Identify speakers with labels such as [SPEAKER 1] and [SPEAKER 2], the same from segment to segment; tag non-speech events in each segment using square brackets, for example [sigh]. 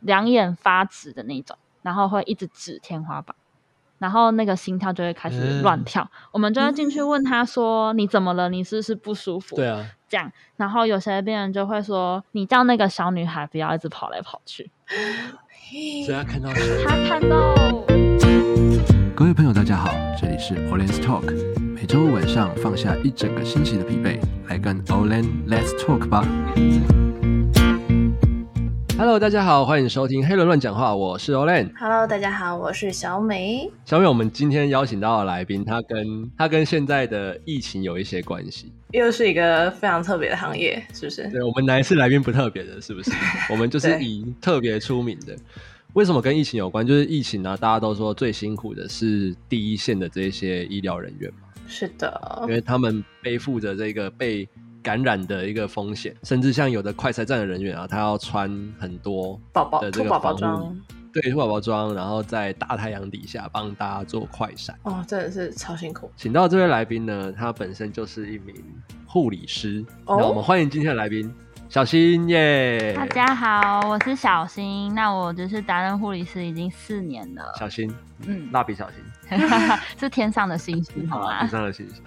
[SPEAKER 1] 两眼发直的那种，然后会一直指天花板，然后那个心跳就会开始乱跳。我们就要进去问他说：“你怎么了？你是不是不舒服？”
[SPEAKER 2] 对啊，
[SPEAKER 1] 这样，然后有些病人就会说：“你叫那个小女孩不要一直跑来跑去。
[SPEAKER 2] 所以
[SPEAKER 3] 啊
[SPEAKER 2] 他看到小”
[SPEAKER 1] 他看到
[SPEAKER 4] 各位朋友，大家好，这里是 Olen's Talk，每周五晚上放下一整个星期的疲惫，来跟 Olen Let's Talk 吧。Hello，大家好，欢迎收听《黑人乱讲话》，我是 Olen。
[SPEAKER 3] Hello，大家好，我是小美。
[SPEAKER 4] 小美，我们今天邀请到的来宾，他跟他跟现在的疫情有一些关系。
[SPEAKER 3] 又是一个非常特别的行业，是不是？
[SPEAKER 4] 对，我们哪一次来宾不特别的，是不是？我们就是
[SPEAKER 3] 对
[SPEAKER 4] 以特别出名的。为什么跟疫情有关？就是疫情啊，大家都说最辛苦的是第一线的这些医疗人员嘛，
[SPEAKER 3] 是
[SPEAKER 1] 哦
[SPEAKER 3] 的
[SPEAKER 4] 因，为他们背负着这个被感染的一个风险，甚至像有的快筛站的人员啊，他要穿很多
[SPEAKER 3] 宝宝
[SPEAKER 4] 的这
[SPEAKER 3] 兔
[SPEAKER 4] 个
[SPEAKER 3] 宝
[SPEAKER 4] 防
[SPEAKER 3] 宝
[SPEAKER 4] 护
[SPEAKER 3] 装，
[SPEAKER 4] 对，兔宝宝装，然后在大太阳底下帮大家做快筛。
[SPEAKER 3] 哦，真的是超辛苦。
[SPEAKER 4] 请到这位来宾呢，他本身就是一名护理师。
[SPEAKER 3] 哦
[SPEAKER 4] 那我们欢迎今天的来宾小新耶！
[SPEAKER 1] 大家好，我是小新，那我就是担任护理师已经四年了，
[SPEAKER 4] 小新，
[SPEAKER 1] 嗯，
[SPEAKER 4] 蜡笔小
[SPEAKER 1] [laughs]
[SPEAKER 4] 新，
[SPEAKER 1] 是天上的星星，好 [laughs]
[SPEAKER 4] 啊，
[SPEAKER 1] 吗
[SPEAKER 4] 以？上的信息。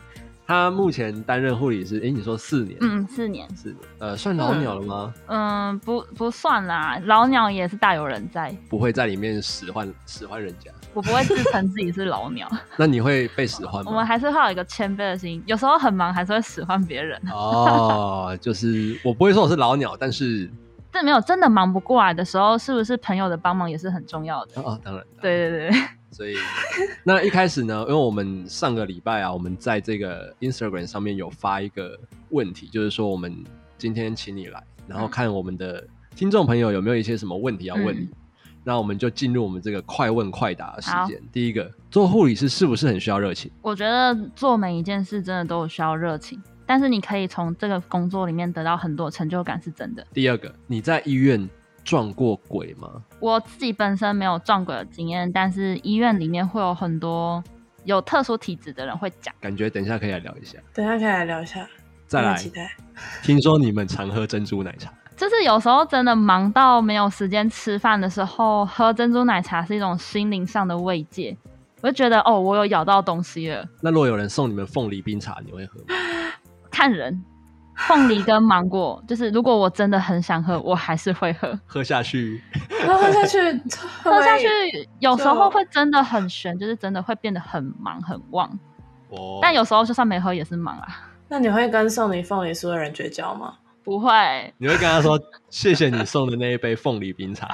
[SPEAKER 4] 他目前担任护理师，诶，你说四年，
[SPEAKER 1] 嗯，四年，
[SPEAKER 4] 四年，呃，算老鸟了吗？
[SPEAKER 1] 嗯，不不算啦，老鸟也是大有人在，
[SPEAKER 4] 不会在里面使唤使唤人家，
[SPEAKER 1] 我不会自称自己是老鸟，
[SPEAKER 4] 那你会被使唤
[SPEAKER 1] 我们
[SPEAKER 4] 吗？
[SPEAKER 1] 还是会有一个谦卑的心，有时候很忙还是会使唤别人，
[SPEAKER 4] 哦，就是我不会说我是老鸟，但是
[SPEAKER 1] 但没有真的忙不过来的时候，是不是朋友的帮忙也是很重要的？
[SPEAKER 4] 啊、哦，当然，当然，
[SPEAKER 1] 对对对， [laughs]
[SPEAKER 4] 所以那一开始呢，因为我们上个礼拜啊，我们在这个 Instagram 上面有发一个问题，就是说我们今天请你来，然后看我们的听众朋友有没有一些什么问题要问你。那我们就进入我们这个快问快答的时间。第一个，做护理师是不是很需要热情？
[SPEAKER 1] 我觉得做每一件事真的都有需要热情，但是你可以从这个工作里面得到很多成就感，是真的。
[SPEAKER 4] 第二个，你在医院撞过鬼吗？
[SPEAKER 1] 我自己本身没有撞鬼的经验，但是医院里面会有很多有特殊体质的人会讲，
[SPEAKER 4] 感觉等一下可以来聊一下。
[SPEAKER 3] 等一下可以来聊一下，
[SPEAKER 4] 再
[SPEAKER 3] 有点
[SPEAKER 4] 来
[SPEAKER 3] 期，待。
[SPEAKER 4] 听说你们常喝珍珠奶茶，
[SPEAKER 1] 就是有时候真的忙到没有时间吃饭的时候，喝珍珠奶茶是一种心灵上的慰藉。我就觉得哦，我有咬到东西了。
[SPEAKER 4] 那如果有人送你们凤梨冰茶，你会喝吗？
[SPEAKER 1] 看人，凤梨跟芒 [laughs] 果，就是如果我真的很想喝，我还是会喝。
[SPEAKER 4] 喝下 [laughs] 去
[SPEAKER 3] 然后喝下去，
[SPEAKER 1] 喝
[SPEAKER 3] 喝
[SPEAKER 1] 下去有时候
[SPEAKER 3] 就
[SPEAKER 1] 会真的很悬，就是真的会变得很忙很旺。
[SPEAKER 4] 哦，
[SPEAKER 1] 但有时候就算没喝也是忙啊，
[SPEAKER 3] 那你会跟送你凤梨酥的人绝交吗？
[SPEAKER 1] 不 [laughs] 会。
[SPEAKER 4] 你会跟他说谢谢你送的那一杯凤梨冰茶。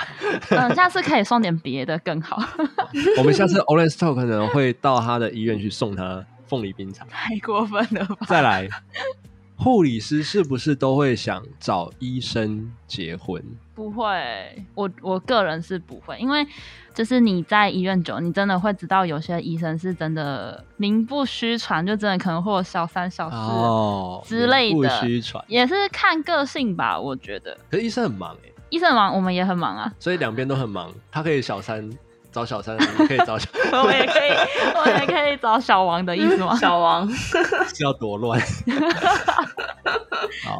[SPEAKER 1] 嗯，下次可以送点别的更好。
[SPEAKER 4] [laughs] 我们下次 Orange Talk 可能会到他的医院去送他凤梨冰茶。
[SPEAKER 1] 太过分了吧？
[SPEAKER 4] [laughs] 再来，护理师是不是都会想找医生结婚？
[SPEAKER 1] 不会，我我个人是不会，因为就是你在医院久，你真的会知道有些医生是真的名不虚传，就真的可能会有小三小四。
[SPEAKER 4] 哦
[SPEAKER 1] 之类的
[SPEAKER 4] 名不虚传。
[SPEAKER 1] 也是看个性吧，我觉得
[SPEAKER 4] 可是医生很忙哎、。
[SPEAKER 1] 医生忙，我们也很忙啊
[SPEAKER 4] 所以两边都很忙。他可以小三找小三，你可以找小，
[SPEAKER 1] [laughs]
[SPEAKER 4] [laughs]
[SPEAKER 1] 我也可以，我也可以找小王的意思吗？
[SPEAKER 4] 嗯
[SPEAKER 3] 小王，
[SPEAKER 4] 是要多 [laughs] 乱。哦 好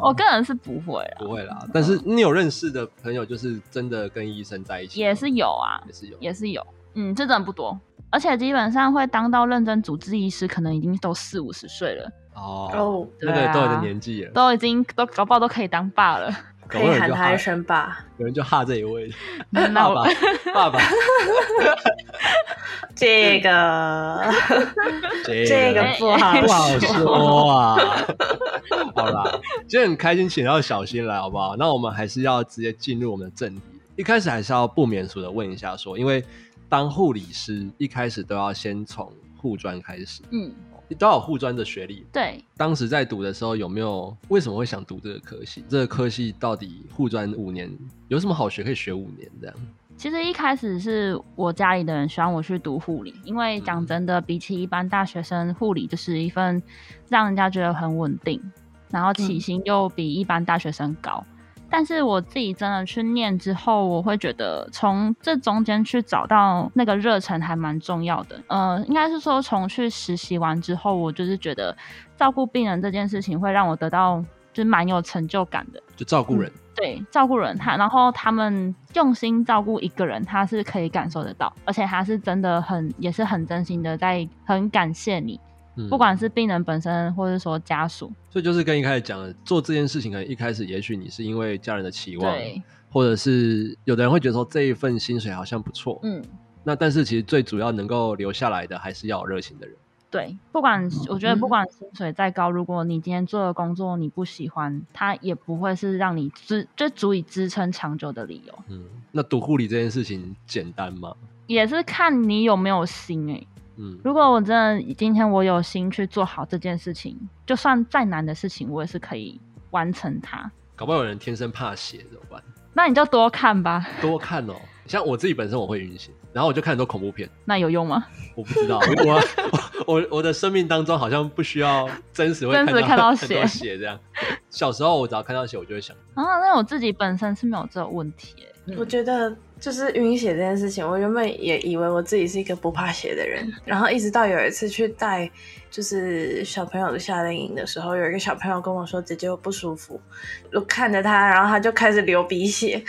[SPEAKER 1] [laughs] 我个人是不会啦，
[SPEAKER 4] 不会啦，但是你有认识的朋友，就是真的跟医生在一起吗，
[SPEAKER 1] 也是有啊，
[SPEAKER 4] 也是有，
[SPEAKER 1] 也是有，嗯，这真的不多，而且基本上会当到认真主治医师，可能已经都四五十岁了，
[SPEAKER 4] 哦，
[SPEAKER 3] 哦，
[SPEAKER 4] 那
[SPEAKER 1] 对
[SPEAKER 4] 个
[SPEAKER 1] 啊
[SPEAKER 4] 都有点年纪了，
[SPEAKER 1] 都已经都搞不好都可以当爸
[SPEAKER 4] [laughs]
[SPEAKER 1] 了。
[SPEAKER 4] 搞
[SPEAKER 3] 可
[SPEAKER 4] 不好有
[SPEAKER 3] 以
[SPEAKER 4] 人
[SPEAKER 3] 喊
[SPEAKER 4] 就
[SPEAKER 3] 他
[SPEAKER 4] 哈
[SPEAKER 3] 一，
[SPEAKER 4] [laughs]
[SPEAKER 3] 声爸，
[SPEAKER 4] 有人就哈这一位
[SPEAKER 1] 那
[SPEAKER 4] 爸
[SPEAKER 1] 我
[SPEAKER 4] 爸，爸爸，
[SPEAKER 3] 这个
[SPEAKER 4] 这
[SPEAKER 3] 这个不好
[SPEAKER 4] 不好
[SPEAKER 3] 说。
[SPEAKER 4] 说啊。好啦，今天很开心请到小新来，好不好？那我们还是要直接进入我们的正题。一开始还是要不免俗的问一下说因为当护理师一开始都要先从护专开始，
[SPEAKER 1] 嗯，
[SPEAKER 4] 你都要有护专的学历，
[SPEAKER 1] 对，
[SPEAKER 4] 当时在读的时候，有没有为什么会想读这个科系？这个科系到底护专五年有什么好学？可以学五年这样？
[SPEAKER 1] 其实一开始是我家里的人希望我去读护理，因为讲真的，比起一般大学生，护理就是一份让人家觉得很稳定，然后起薪又比一般大学生高。但是我自己真的去念之后，我会觉得从这中间去找到那个热忱还蛮重要的。呃，应该是说从去实习完之后，我就是觉得照顾病人这件事情会让我得到就是蛮有成就感的。
[SPEAKER 4] 就照顾人，
[SPEAKER 1] 对照顾人他，然后他们用心照顾一个人，他是可以感受得到，而且他是真的很也是很真心的在很感谢你，
[SPEAKER 4] 嗯
[SPEAKER 1] 不管是病人本身或者说家属，
[SPEAKER 4] 所以就是跟一开始讲的，做这件事情，可能一开始也许你是因为家人的期望，
[SPEAKER 1] 对，
[SPEAKER 4] 或者是有的人会觉得说这一份薪水好像不错，
[SPEAKER 1] 嗯。
[SPEAKER 4] 那但是其实最主要能够留下来的还是要有热情的人。
[SPEAKER 1] 对，不管我觉得不
[SPEAKER 3] 嗯
[SPEAKER 1] 管薪水再高，如果你今天做的工作你不喜欢，它也不会是让你支就足以支撑长久的理由。
[SPEAKER 4] 嗯，那读护理这件事情简单吗？
[SPEAKER 1] 也是看你有没有心诶、欸
[SPEAKER 4] 嗯，
[SPEAKER 1] 如果我真的今天我有心去做好这件事情，就算再难的事情，我也是可以完成它。
[SPEAKER 4] 搞不好有人天生怕血怎么办？
[SPEAKER 1] 那你就多看吧，
[SPEAKER 4] 多看哦。像我自己本身我会晕血，然后我就看很多恐怖片，
[SPEAKER 1] 那有用吗？
[SPEAKER 4] 我不知道 [laughs] 我我我的生命当中好像不需要真实会
[SPEAKER 1] 真实
[SPEAKER 4] 看到
[SPEAKER 1] 看到
[SPEAKER 4] 很
[SPEAKER 1] 血
[SPEAKER 4] 多血这样。小时候我只要看到血，我就会想，
[SPEAKER 1] 啊，那我自己本身是没有这个问题、欸，
[SPEAKER 3] 我觉得就是晕血这件事情，我原本也以为我自己是一个不怕血的人，然后一直到有一次去带就是小朋友的夏令营的时候，有一个小朋友跟我说姐姐我不舒服，我看着他，然后他就开始流鼻血，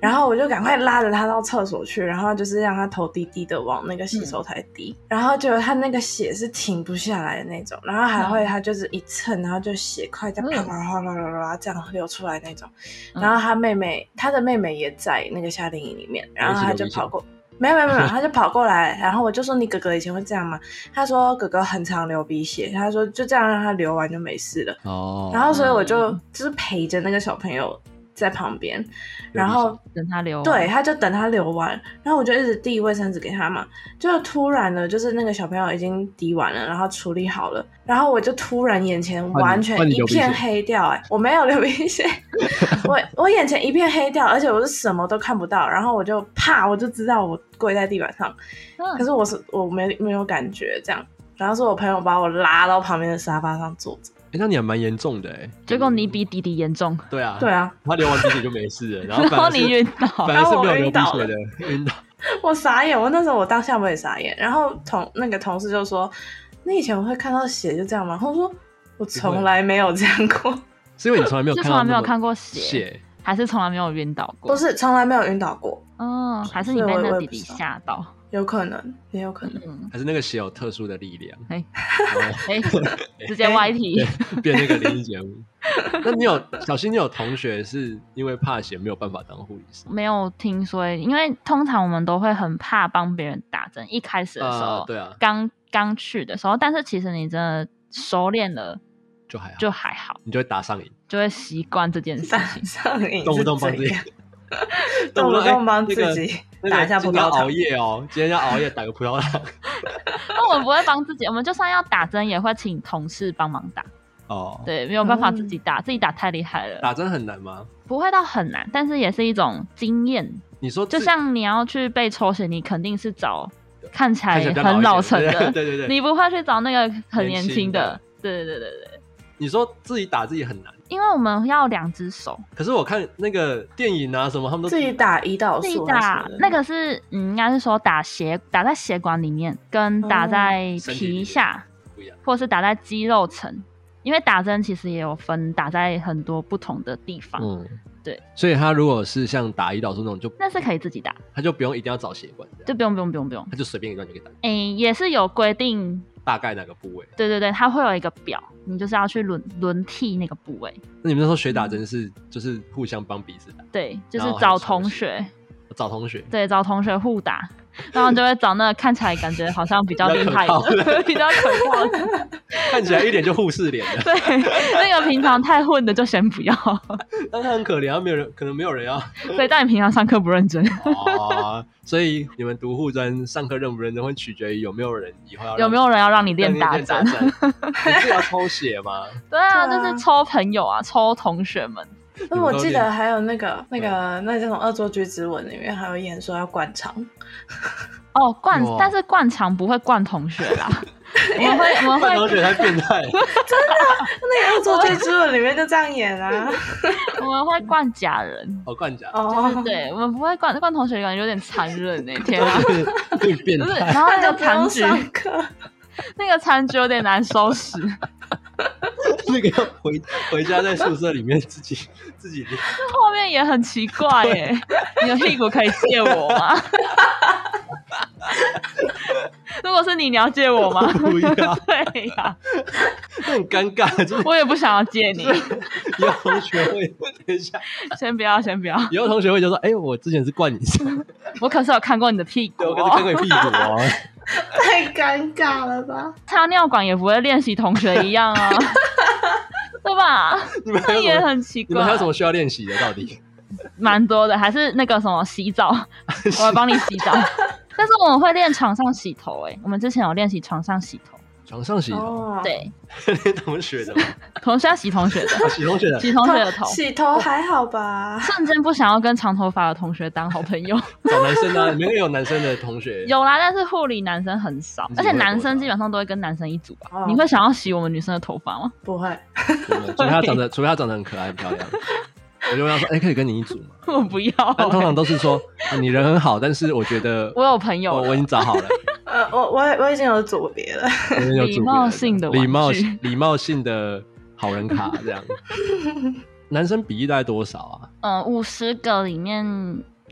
[SPEAKER 3] 然后我就赶快拉着他到厕所去，然后就是让他头低低的往那个洗手台滴，然后结果他那个血是停不下来的那种，然后还会他就是一蹭，然后就血块在啪啪啪啪啪啪啪这样流出来那种。
[SPEAKER 1] 嗯
[SPEAKER 3] 然后他妹妹，他的妹妹也在那个夏令营里面，然后他就跑过，没有没有没有，他就跑过来，然后我就说你哥哥以前会这样吗？他说哥哥很常流鼻血，他说就这样让他流完就没事了。
[SPEAKER 4] 哦
[SPEAKER 3] 然后所以我就就是陪着那个小朋友在旁边，然后
[SPEAKER 1] 等它
[SPEAKER 4] 哦
[SPEAKER 1] 流完。
[SPEAKER 3] 对，他就等他流完，然后我就一直递卫生纸给他嘛，就突然的，就是那个小朋友已经滴完了，然后处理好了，然后我就突然眼前
[SPEAKER 4] 换你
[SPEAKER 3] 完全
[SPEAKER 4] 换你
[SPEAKER 3] 一
[SPEAKER 4] 流鼻
[SPEAKER 3] 片
[SPEAKER 4] 血
[SPEAKER 3] 黑掉、哎，我没有流鼻
[SPEAKER 4] [laughs]
[SPEAKER 3] 血，我我眼前一片黑掉，而且我是什么都看不到，然后我就啪，我就知道我跪在地板上，
[SPEAKER 1] 嗯，
[SPEAKER 3] 可是我是我没没有感觉这样，然后是我朋友把我拉到旁边的沙发上坐着，
[SPEAKER 4] 哎、那你还蛮严重的哎、
[SPEAKER 1] 结果你比弟弟严重，
[SPEAKER 4] 对啊，
[SPEAKER 3] 对啊，
[SPEAKER 4] 他流完鼻血就没事了， [laughs] 然后
[SPEAKER 1] 然
[SPEAKER 4] 反
[SPEAKER 1] 后
[SPEAKER 4] 而是
[SPEAKER 1] 你晕倒，
[SPEAKER 4] 本
[SPEAKER 3] 然
[SPEAKER 4] 来
[SPEAKER 3] 后
[SPEAKER 4] 是
[SPEAKER 3] 我
[SPEAKER 4] 没有流
[SPEAKER 3] 晕
[SPEAKER 4] 鼻
[SPEAKER 3] 倒
[SPEAKER 4] 血
[SPEAKER 3] 了
[SPEAKER 4] 的，晕倒。
[SPEAKER 3] 我傻眼，我那时候我当下我也傻眼，然后同那个同事就说：“你以前会看到血就这样吗？”我说：“我从来没有这样 [laughs] 过，
[SPEAKER 4] 是因为你从来没有
[SPEAKER 1] 是
[SPEAKER 4] 看
[SPEAKER 1] 从
[SPEAKER 4] 到
[SPEAKER 1] 来没有
[SPEAKER 4] 那么
[SPEAKER 1] 看过
[SPEAKER 4] 血，
[SPEAKER 1] 血，还是从来没有晕倒过？
[SPEAKER 3] 不，是从来没有晕倒过，
[SPEAKER 1] 嗯，还是你
[SPEAKER 3] 所以
[SPEAKER 1] 被
[SPEAKER 3] 我
[SPEAKER 1] 那
[SPEAKER 3] 我
[SPEAKER 1] 个弟
[SPEAKER 3] 也不
[SPEAKER 1] 弟
[SPEAKER 3] 知道
[SPEAKER 1] 吓到？
[SPEAKER 3] 有可能，也有 [laughs] 可能。
[SPEAKER 1] 嗯，
[SPEAKER 4] 还是那个血有特殊的力量，
[SPEAKER 1] 哎
[SPEAKER 4] 然
[SPEAKER 1] 哎、直接歪
[SPEAKER 4] [laughs]
[SPEAKER 1] 题。
[SPEAKER 4] 后变那个灵异节
[SPEAKER 1] [laughs]
[SPEAKER 4] 目。那你有小新，你有同学是因为怕血没有办法当护理师
[SPEAKER 1] 没有听说，因为通常我们都会很怕帮别人打针，一开始的时候，
[SPEAKER 4] 啊？对啊，
[SPEAKER 1] 刚刚去的时候，但是其实你真的熟练了，
[SPEAKER 4] 就还好，
[SPEAKER 1] 就还好，
[SPEAKER 4] 你就会打上瘾，
[SPEAKER 1] 就会习惯这件事
[SPEAKER 3] 上
[SPEAKER 1] 情。
[SPEAKER 3] 上瘾是
[SPEAKER 4] 动不动帮自己
[SPEAKER 3] 怎样，
[SPEAKER 4] 动
[SPEAKER 3] 动
[SPEAKER 4] 不
[SPEAKER 3] 不
[SPEAKER 4] 动
[SPEAKER 3] 动帮
[SPEAKER 4] 哎
[SPEAKER 3] 自
[SPEAKER 4] 那个
[SPEAKER 3] 己
[SPEAKER 4] 那个
[SPEAKER 3] 打一下葡
[SPEAKER 4] 今天要
[SPEAKER 3] 萄
[SPEAKER 4] 熬
[SPEAKER 3] 糖。
[SPEAKER 4] 夜哦，今天要熬夜打个葡萄糖 [laughs]
[SPEAKER 1] [laughs] 那我们不会帮自己，我们就算要打针，也会请同事帮忙打。
[SPEAKER 4] 哦。
[SPEAKER 1] 对，没有办法自己打，自己打太厉害了，
[SPEAKER 4] 嗯打针很难吗？
[SPEAKER 1] 不会到很难，但是也是一种经验。
[SPEAKER 4] 你说
[SPEAKER 1] 就
[SPEAKER 4] 自
[SPEAKER 1] 像你要去被抽血，你肯定是找看起
[SPEAKER 4] 看
[SPEAKER 1] 来
[SPEAKER 4] 起来比较
[SPEAKER 1] 很
[SPEAKER 4] 老
[SPEAKER 1] 老
[SPEAKER 4] 一
[SPEAKER 1] 成
[SPEAKER 4] 点
[SPEAKER 1] 的， [laughs]
[SPEAKER 4] 对 [laughs] 对对对
[SPEAKER 1] 你不会去找那个很
[SPEAKER 4] 年
[SPEAKER 1] 年
[SPEAKER 4] 轻
[SPEAKER 1] 轻
[SPEAKER 4] 的
[SPEAKER 1] 的。对对对对对，
[SPEAKER 4] 你说自己打自己很难，
[SPEAKER 1] 因为我们要两只手，
[SPEAKER 4] 可是我看那个电影啊什么，他们都
[SPEAKER 3] 自己打胰岛
[SPEAKER 1] 自己
[SPEAKER 3] 素还哦是什
[SPEAKER 1] 打
[SPEAKER 3] 么的，
[SPEAKER 1] 那个是，嗯，应该是说打血，打在血管里面，跟
[SPEAKER 3] 哦
[SPEAKER 1] 打在
[SPEAKER 4] 身体里
[SPEAKER 1] 皮
[SPEAKER 4] 面
[SPEAKER 1] 下，
[SPEAKER 4] 不一样。
[SPEAKER 1] 或是打在肌肉层，因为打针其实也有分打在很多不同的地方，
[SPEAKER 4] 嗯，
[SPEAKER 1] 对。
[SPEAKER 4] 所以他如果是像打胰岛素那种，就
[SPEAKER 1] 那是可以自己打，
[SPEAKER 4] 他就不用一定要找血管这样，
[SPEAKER 1] 就不用不用不用不用。
[SPEAKER 4] 他就随便一段就可以打，
[SPEAKER 1] 诶、也是有规定，
[SPEAKER 4] 大概哪个部位。
[SPEAKER 1] 对对对，它会有一个表，你就是要去轮轮替那个部位，
[SPEAKER 4] 那你们那时候学打针是
[SPEAKER 1] 嗯
[SPEAKER 4] 就是互相帮彼此打，
[SPEAKER 1] 对，就
[SPEAKER 4] 然
[SPEAKER 1] 是
[SPEAKER 4] 后还有
[SPEAKER 1] 找
[SPEAKER 4] 抽
[SPEAKER 1] 同
[SPEAKER 4] 血
[SPEAKER 1] 学，
[SPEAKER 4] 找同学，
[SPEAKER 1] 对，找同学互打，然后就会找那个看起来感觉好像比较
[SPEAKER 4] 比较
[SPEAKER 1] 厉
[SPEAKER 4] 可
[SPEAKER 1] 害
[SPEAKER 4] 靠的
[SPEAKER 1] 的， [laughs] 比较可靠的。
[SPEAKER 4] 看起来一脸就护士脸的， [laughs]
[SPEAKER 1] 对，那个平常太混的就先不要。
[SPEAKER 4] 但他很可怜啊，没有人，可能没有人要
[SPEAKER 1] 所以，但你平常上课不认真，
[SPEAKER 4] 哦，所以你们读护专上课认不认真，会取决于有没有人以后要让
[SPEAKER 1] 有没有人要让你
[SPEAKER 4] 你
[SPEAKER 1] 练
[SPEAKER 4] 打
[SPEAKER 1] 打针？
[SPEAKER 4] 你是要抽血
[SPEAKER 1] [laughs]
[SPEAKER 4] 吗？
[SPEAKER 1] 对啊，
[SPEAKER 3] 对啊
[SPEAKER 1] 就是抽朋友啊，抽同学们。
[SPEAKER 3] 那嗯我记得还有那个那个那叫什么《恶作剧之吻》里面还有演说要灌肠， [laughs]
[SPEAKER 1] 哦，灌
[SPEAKER 4] 哇，
[SPEAKER 1] 但是灌肠不会灌同学
[SPEAKER 4] [laughs]
[SPEAKER 1] 啦。我们会，我们
[SPEAKER 4] 灌同
[SPEAKER 1] 会，
[SPEAKER 4] 学太变态了，
[SPEAKER 3] 那个《恶作剧之吻》里面就这样演啊。
[SPEAKER 1] 我们会灌假人。
[SPEAKER 4] 哦，灌甲，
[SPEAKER 3] 哦，
[SPEAKER 1] 对，我们不会灌灌同学，感觉有点残忍哎、
[SPEAKER 4] [laughs]
[SPEAKER 1] 天啊！
[SPEAKER 4] 对变
[SPEAKER 1] 不是，
[SPEAKER 4] 态，
[SPEAKER 1] 然后
[SPEAKER 3] 那
[SPEAKER 1] [laughs] 那
[SPEAKER 3] 就
[SPEAKER 1] 个
[SPEAKER 3] 不用
[SPEAKER 1] 残局，
[SPEAKER 3] 上课。
[SPEAKER 4] [laughs]
[SPEAKER 1] 那个残局有点难收拾。
[SPEAKER 4] 那个要回回家在宿舍里面自己自己练。
[SPEAKER 1] 后面也很奇怪耶、你的屁股可以借我吗？
[SPEAKER 4] [laughs]
[SPEAKER 1] 如果是你，你要借我
[SPEAKER 4] [laughs]
[SPEAKER 1] 吗？
[SPEAKER 4] 不要
[SPEAKER 1] 对呀、
[SPEAKER 4] 啊那很尴尬，就是
[SPEAKER 1] 我也不想要借
[SPEAKER 4] [laughs]
[SPEAKER 1] 你，
[SPEAKER 4] 以后同学会，等一下，
[SPEAKER 1] 先不要，先不要。
[SPEAKER 4] 以后同学会就说，哎、我之前是灌你上，
[SPEAKER 1] 我可是有看过你的屁股、
[SPEAKER 4] 对我可是看
[SPEAKER 1] 哦，
[SPEAKER 4] 过你屁股哦， [laughs]
[SPEAKER 3] [laughs] 太尴尬了吧？
[SPEAKER 1] 插尿管也不会练习同学一样
[SPEAKER 4] [laughs]
[SPEAKER 1] 啊，对吧？
[SPEAKER 4] 你们还
[SPEAKER 1] 那
[SPEAKER 4] 有
[SPEAKER 1] 也
[SPEAKER 4] 什么？
[SPEAKER 1] 很奇
[SPEAKER 4] 你
[SPEAKER 1] 怪
[SPEAKER 4] 们还，有什么需要练习的？到底？
[SPEAKER 1] 蛮多的，还是那个什么洗
[SPEAKER 4] [laughs]
[SPEAKER 1] 澡，我帮你洗澡。但是我们会练床上洗头、欸，我们之前有练习床上洗头，
[SPEAKER 4] 床上洗头，
[SPEAKER 3] 哦，，
[SPEAKER 1] 对，
[SPEAKER 4] [laughs] 同学的吗，
[SPEAKER 1] 同学要洗同学的，
[SPEAKER 4] 啊洗同学的，
[SPEAKER 1] 洗同学的头，
[SPEAKER 3] 洗头还好
[SPEAKER 1] [laughs]
[SPEAKER 3] 吧？
[SPEAKER 1] 瞬间不想要跟长头发的同学当好朋友。
[SPEAKER 4] 找男生啊，你们也有男生的同学，
[SPEAKER 1] 有啦，但是护理男生很少
[SPEAKER 4] 你，
[SPEAKER 1] 而且
[SPEAKER 4] 怎么会
[SPEAKER 1] 男
[SPEAKER 4] 多
[SPEAKER 1] 生
[SPEAKER 4] 的
[SPEAKER 1] 基本上都会跟男生一组吧
[SPEAKER 3] 哦。
[SPEAKER 1] 你会想要洗我们女生的头发吗？ [laughs]
[SPEAKER 3] 不会，
[SPEAKER 4] 真的除非他长得，除非他长得很可爱、很漂亮，我就问他说：“哎、可以跟你一组吗
[SPEAKER 1] 我不要、？”
[SPEAKER 4] 但通
[SPEAKER 1] 欸
[SPEAKER 4] 常都是说、啊你人很好，但是我觉得
[SPEAKER 1] 我有朋友
[SPEAKER 4] 我我已
[SPEAKER 1] 了
[SPEAKER 4] 经找
[SPEAKER 1] [laughs]
[SPEAKER 4] 好了，
[SPEAKER 3] 呃，我我我已经有组别了，
[SPEAKER 4] 我已经有
[SPEAKER 1] 礼
[SPEAKER 4] 组别
[SPEAKER 1] 貌
[SPEAKER 4] 了
[SPEAKER 1] 性的
[SPEAKER 4] 礼
[SPEAKER 1] 玩
[SPEAKER 4] 貌
[SPEAKER 1] 具
[SPEAKER 4] 性礼貌性的好人卡这样。男生比例大概多少啊？
[SPEAKER 1] 嗯，五十个里面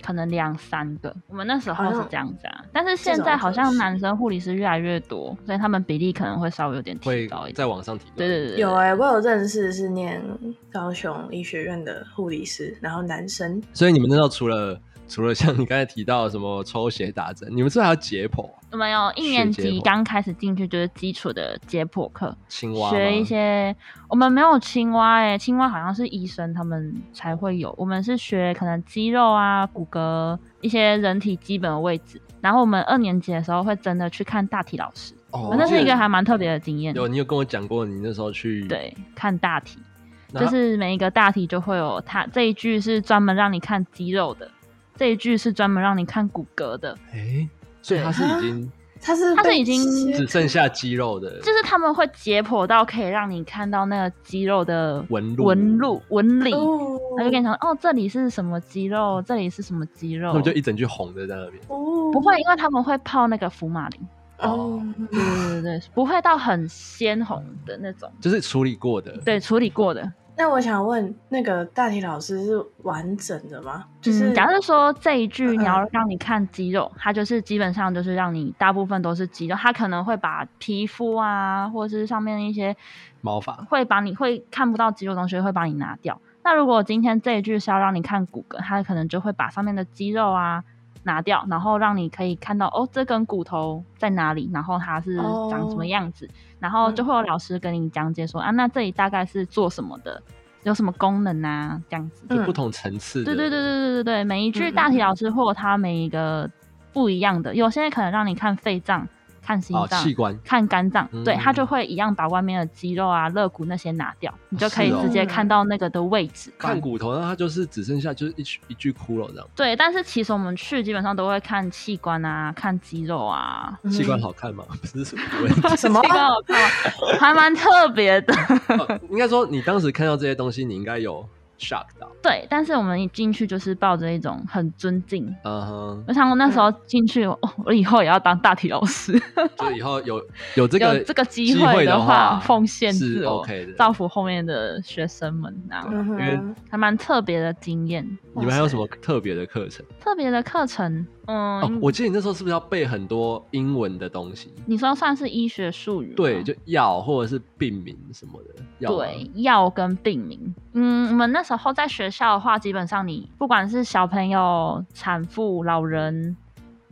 [SPEAKER 1] 可能两三个，我们那时候
[SPEAKER 3] 好
[SPEAKER 1] 是
[SPEAKER 3] 像
[SPEAKER 1] 这样子啊。但是现在好像男生护理师越来越多，所以他们比例可能会稍微有点提
[SPEAKER 4] 会
[SPEAKER 1] 高一点。
[SPEAKER 4] 在往上提高？
[SPEAKER 1] 对对对，
[SPEAKER 3] [laughs] 有
[SPEAKER 1] 啊，
[SPEAKER 3] 哎、我有认识是念高雄医学院的护理师，然后男生
[SPEAKER 4] 所以你们那时候除了除了像你刚才提到什么抽血打针，你们是不是还要解剖啊、
[SPEAKER 1] 我们有一
[SPEAKER 4] 学
[SPEAKER 1] 年
[SPEAKER 4] 解
[SPEAKER 1] 级
[SPEAKER 4] 剖
[SPEAKER 1] 刚开始进去就是基础的解剖课，
[SPEAKER 4] 青蛙吗
[SPEAKER 1] 学一些，我们没有青蛙哎、青蛙好像是医生他们才会有，我们是学可能肌肉啊、骨骼一些人体基本的位置。然后我们二年级的时候会真的去看大体老师，
[SPEAKER 4] 哦
[SPEAKER 1] 我那是一个
[SPEAKER 4] 我记
[SPEAKER 1] 还蛮特别的经验
[SPEAKER 4] 得。有，你有跟我讲过，你那时候去
[SPEAKER 1] 对，看大体，
[SPEAKER 4] 那
[SPEAKER 1] 就是每一个大体就会有它这一句是专门让你看肌肉的，这一句是专门让你看骨骼的，
[SPEAKER 4] 哎、所以他是已经
[SPEAKER 3] 他是
[SPEAKER 1] 他是
[SPEAKER 3] 被
[SPEAKER 1] 已经
[SPEAKER 3] 切
[SPEAKER 4] 只剩下肌
[SPEAKER 1] [laughs]
[SPEAKER 4] 肉的，
[SPEAKER 1] 就是他们会解剖到可以让你看到那个肌肉的
[SPEAKER 4] 纹路
[SPEAKER 1] 纹路、纹理。
[SPEAKER 3] 哦
[SPEAKER 1] 他就跟你讲哦，这里是什么肌肉，这里是什么肌肉，
[SPEAKER 4] 他们就一整句红的在那边。
[SPEAKER 3] 哦
[SPEAKER 1] 不会，因为他们会泡那个福马林，
[SPEAKER 3] 哦，
[SPEAKER 1] 对对对，不会到很鲜红的那种，
[SPEAKER 4] 就是处理过的，
[SPEAKER 1] 对，处理过的。
[SPEAKER 3] 那我想问，那个大体老师是完整的吗？就是、
[SPEAKER 1] 嗯，假设说这一句
[SPEAKER 3] 嗯
[SPEAKER 1] 你要让你看肌肉，它就是基本上就是让你大部分都是肌肉，它可能会把皮肤啊，或者是上面一些
[SPEAKER 4] 毛发
[SPEAKER 1] 会把你会看不到肌肉的东西会把你拿掉。那如果今天这一句是要让你看骨骼，它可能就会把上面的肌肉啊拿掉，然后让你可以看到哦，这根骨头在哪里，然后它是长什么
[SPEAKER 3] 哦嗯
[SPEAKER 1] 样子，然后就会有老师跟你讲解说、啊，那这里大概是做什么的，有什么功能啊，这样子。
[SPEAKER 4] 就
[SPEAKER 3] 嗯
[SPEAKER 4] 不同层次的。
[SPEAKER 1] 对对对对对对对，每一句
[SPEAKER 3] 嗯
[SPEAKER 1] 大体
[SPEAKER 3] 嗯
[SPEAKER 1] 老师或他每一个不一样的，有些可能让你看肺脏、看心
[SPEAKER 4] 哦，
[SPEAKER 1] 脏、
[SPEAKER 4] 器官
[SPEAKER 1] 看肝脏，对，他就
[SPEAKER 4] 嗯
[SPEAKER 1] 会一样把外面的肌肉啊、肋骨那些拿掉，你就可以
[SPEAKER 4] 是哦
[SPEAKER 1] 直接看到那个的位置。
[SPEAKER 4] 看骨头，那它就是只剩下就是一具一具骷髅这样。
[SPEAKER 1] 对，但是其实我们去基本上都会看器官啊、看肌肉啊，
[SPEAKER 3] 嗯
[SPEAKER 4] 器官好看吗？ [laughs] 不是什么问题。
[SPEAKER 3] [laughs] 什么
[SPEAKER 1] [laughs] 器？官我看完还蛮特别的。
[SPEAKER 4] [laughs] 哦应该说你当时看到这些东西，你应该有 shock 到。
[SPEAKER 1] 对，但是我们一进去就是抱着一种很尊敬。
[SPEAKER 4] 嗯哼
[SPEAKER 1] 我，想我那时候进去，哦我以后也要当大体老师。
[SPEAKER 4] 就以后
[SPEAKER 1] [laughs]
[SPEAKER 4] 有有这个
[SPEAKER 1] 有这个机
[SPEAKER 4] 机会
[SPEAKER 1] 的
[SPEAKER 4] 话，
[SPEAKER 1] 奉献
[SPEAKER 4] 是
[SPEAKER 1] 自我
[SPEAKER 4] OK 的。
[SPEAKER 1] 造福后面的学生们啊，
[SPEAKER 3] 嗯
[SPEAKER 4] 因为
[SPEAKER 3] 哼，
[SPEAKER 1] 还蛮特别的经验。
[SPEAKER 4] 你们还有什么特别的课程？
[SPEAKER 1] 特别的课程，嗯，
[SPEAKER 4] 哦，我记得你那时候是不是要背很多英文的东西？
[SPEAKER 1] 你说算是医学术语吗，
[SPEAKER 4] 对，就药或者是病名什么的。药啊吗
[SPEAKER 1] 啊对，药跟病名。嗯，我们那时候在学校的话，基本上你不管是小朋友、产妇、老人、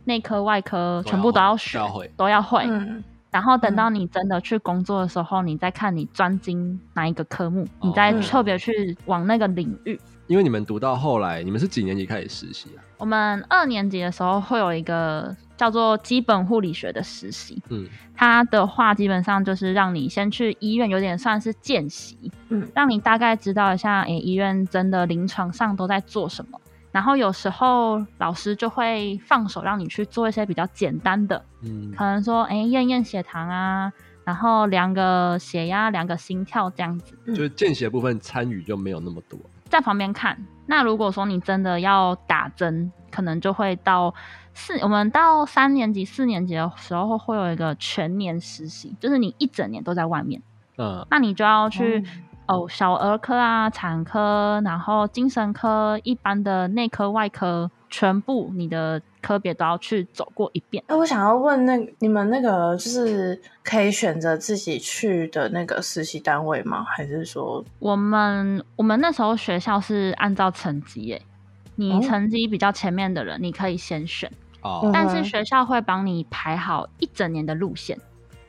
[SPEAKER 1] 内科、外科，
[SPEAKER 4] 都要
[SPEAKER 1] 全部都要
[SPEAKER 4] 会
[SPEAKER 1] 学
[SPEAKER 4] 都要会，
[SPEAKER 1] 都要会。
[SPEAKER 3] 嗯，
[SPEAKER 1] 然后等到你真的去工作的时候，你再看你专精哪一个科目，你再
[SPEAKER 4] 哦
[SPEAKER 1] 特别去往那个领域。
[SPEAKER 4] 因为你们读到后来，你们是几年级开始实习啊？
[SPEAKER 1] 我们二年级的时候会有一个叫做基本护理学的实习，
[SPEAKER 4] 嗯，
[SPEAKER 1] 它的话基本上就是让你先去医院，有点算是见习，
[SPEAKER 3] 嗯
[SPEAKER 1] 让你大概知道一下，诶、医院真的临床上都在做什么。然后有时候老师就会放手让你去做一些比较简单的，
[SPEAKER 4] 嗯
[SPEAKER 1] 可能说，诶、验验血糖啊，然后量个血压、量个心跳这样子。
[SPEAKER 4] 就是见血部分参与就没有那么多。
[SPEAKER 1] 在旁边看。那如果说你真的要打针，可能就会到四，我们到三年级、四年级的时候会有一个全年实习，就是你一整年都在外面，
[SPEAKER 4] 嗯
[SPEAKER 1] 那你就要去哦小儿科啊、产科，然后精神科、一般的内科、外科，全部你的科别都要去走过一遍。
[SPEAKER 3] 哎，我想要问那你们那个就是可以选择自己去的那个实习单位吗？还是说
[SPEAKER 1] 我们我们那时候学校是按照成绩耶，
[SPEAKER 3] 哦
[SPEAKER 1] 你成绩比较前面的人，你可以先选，
[SPEAKER 4] 哦，
[SPEAKER 1] 但
[SPEAKER 3] 嗯
[SPEAKER 1] 是学校会帮你排好一整年的路线。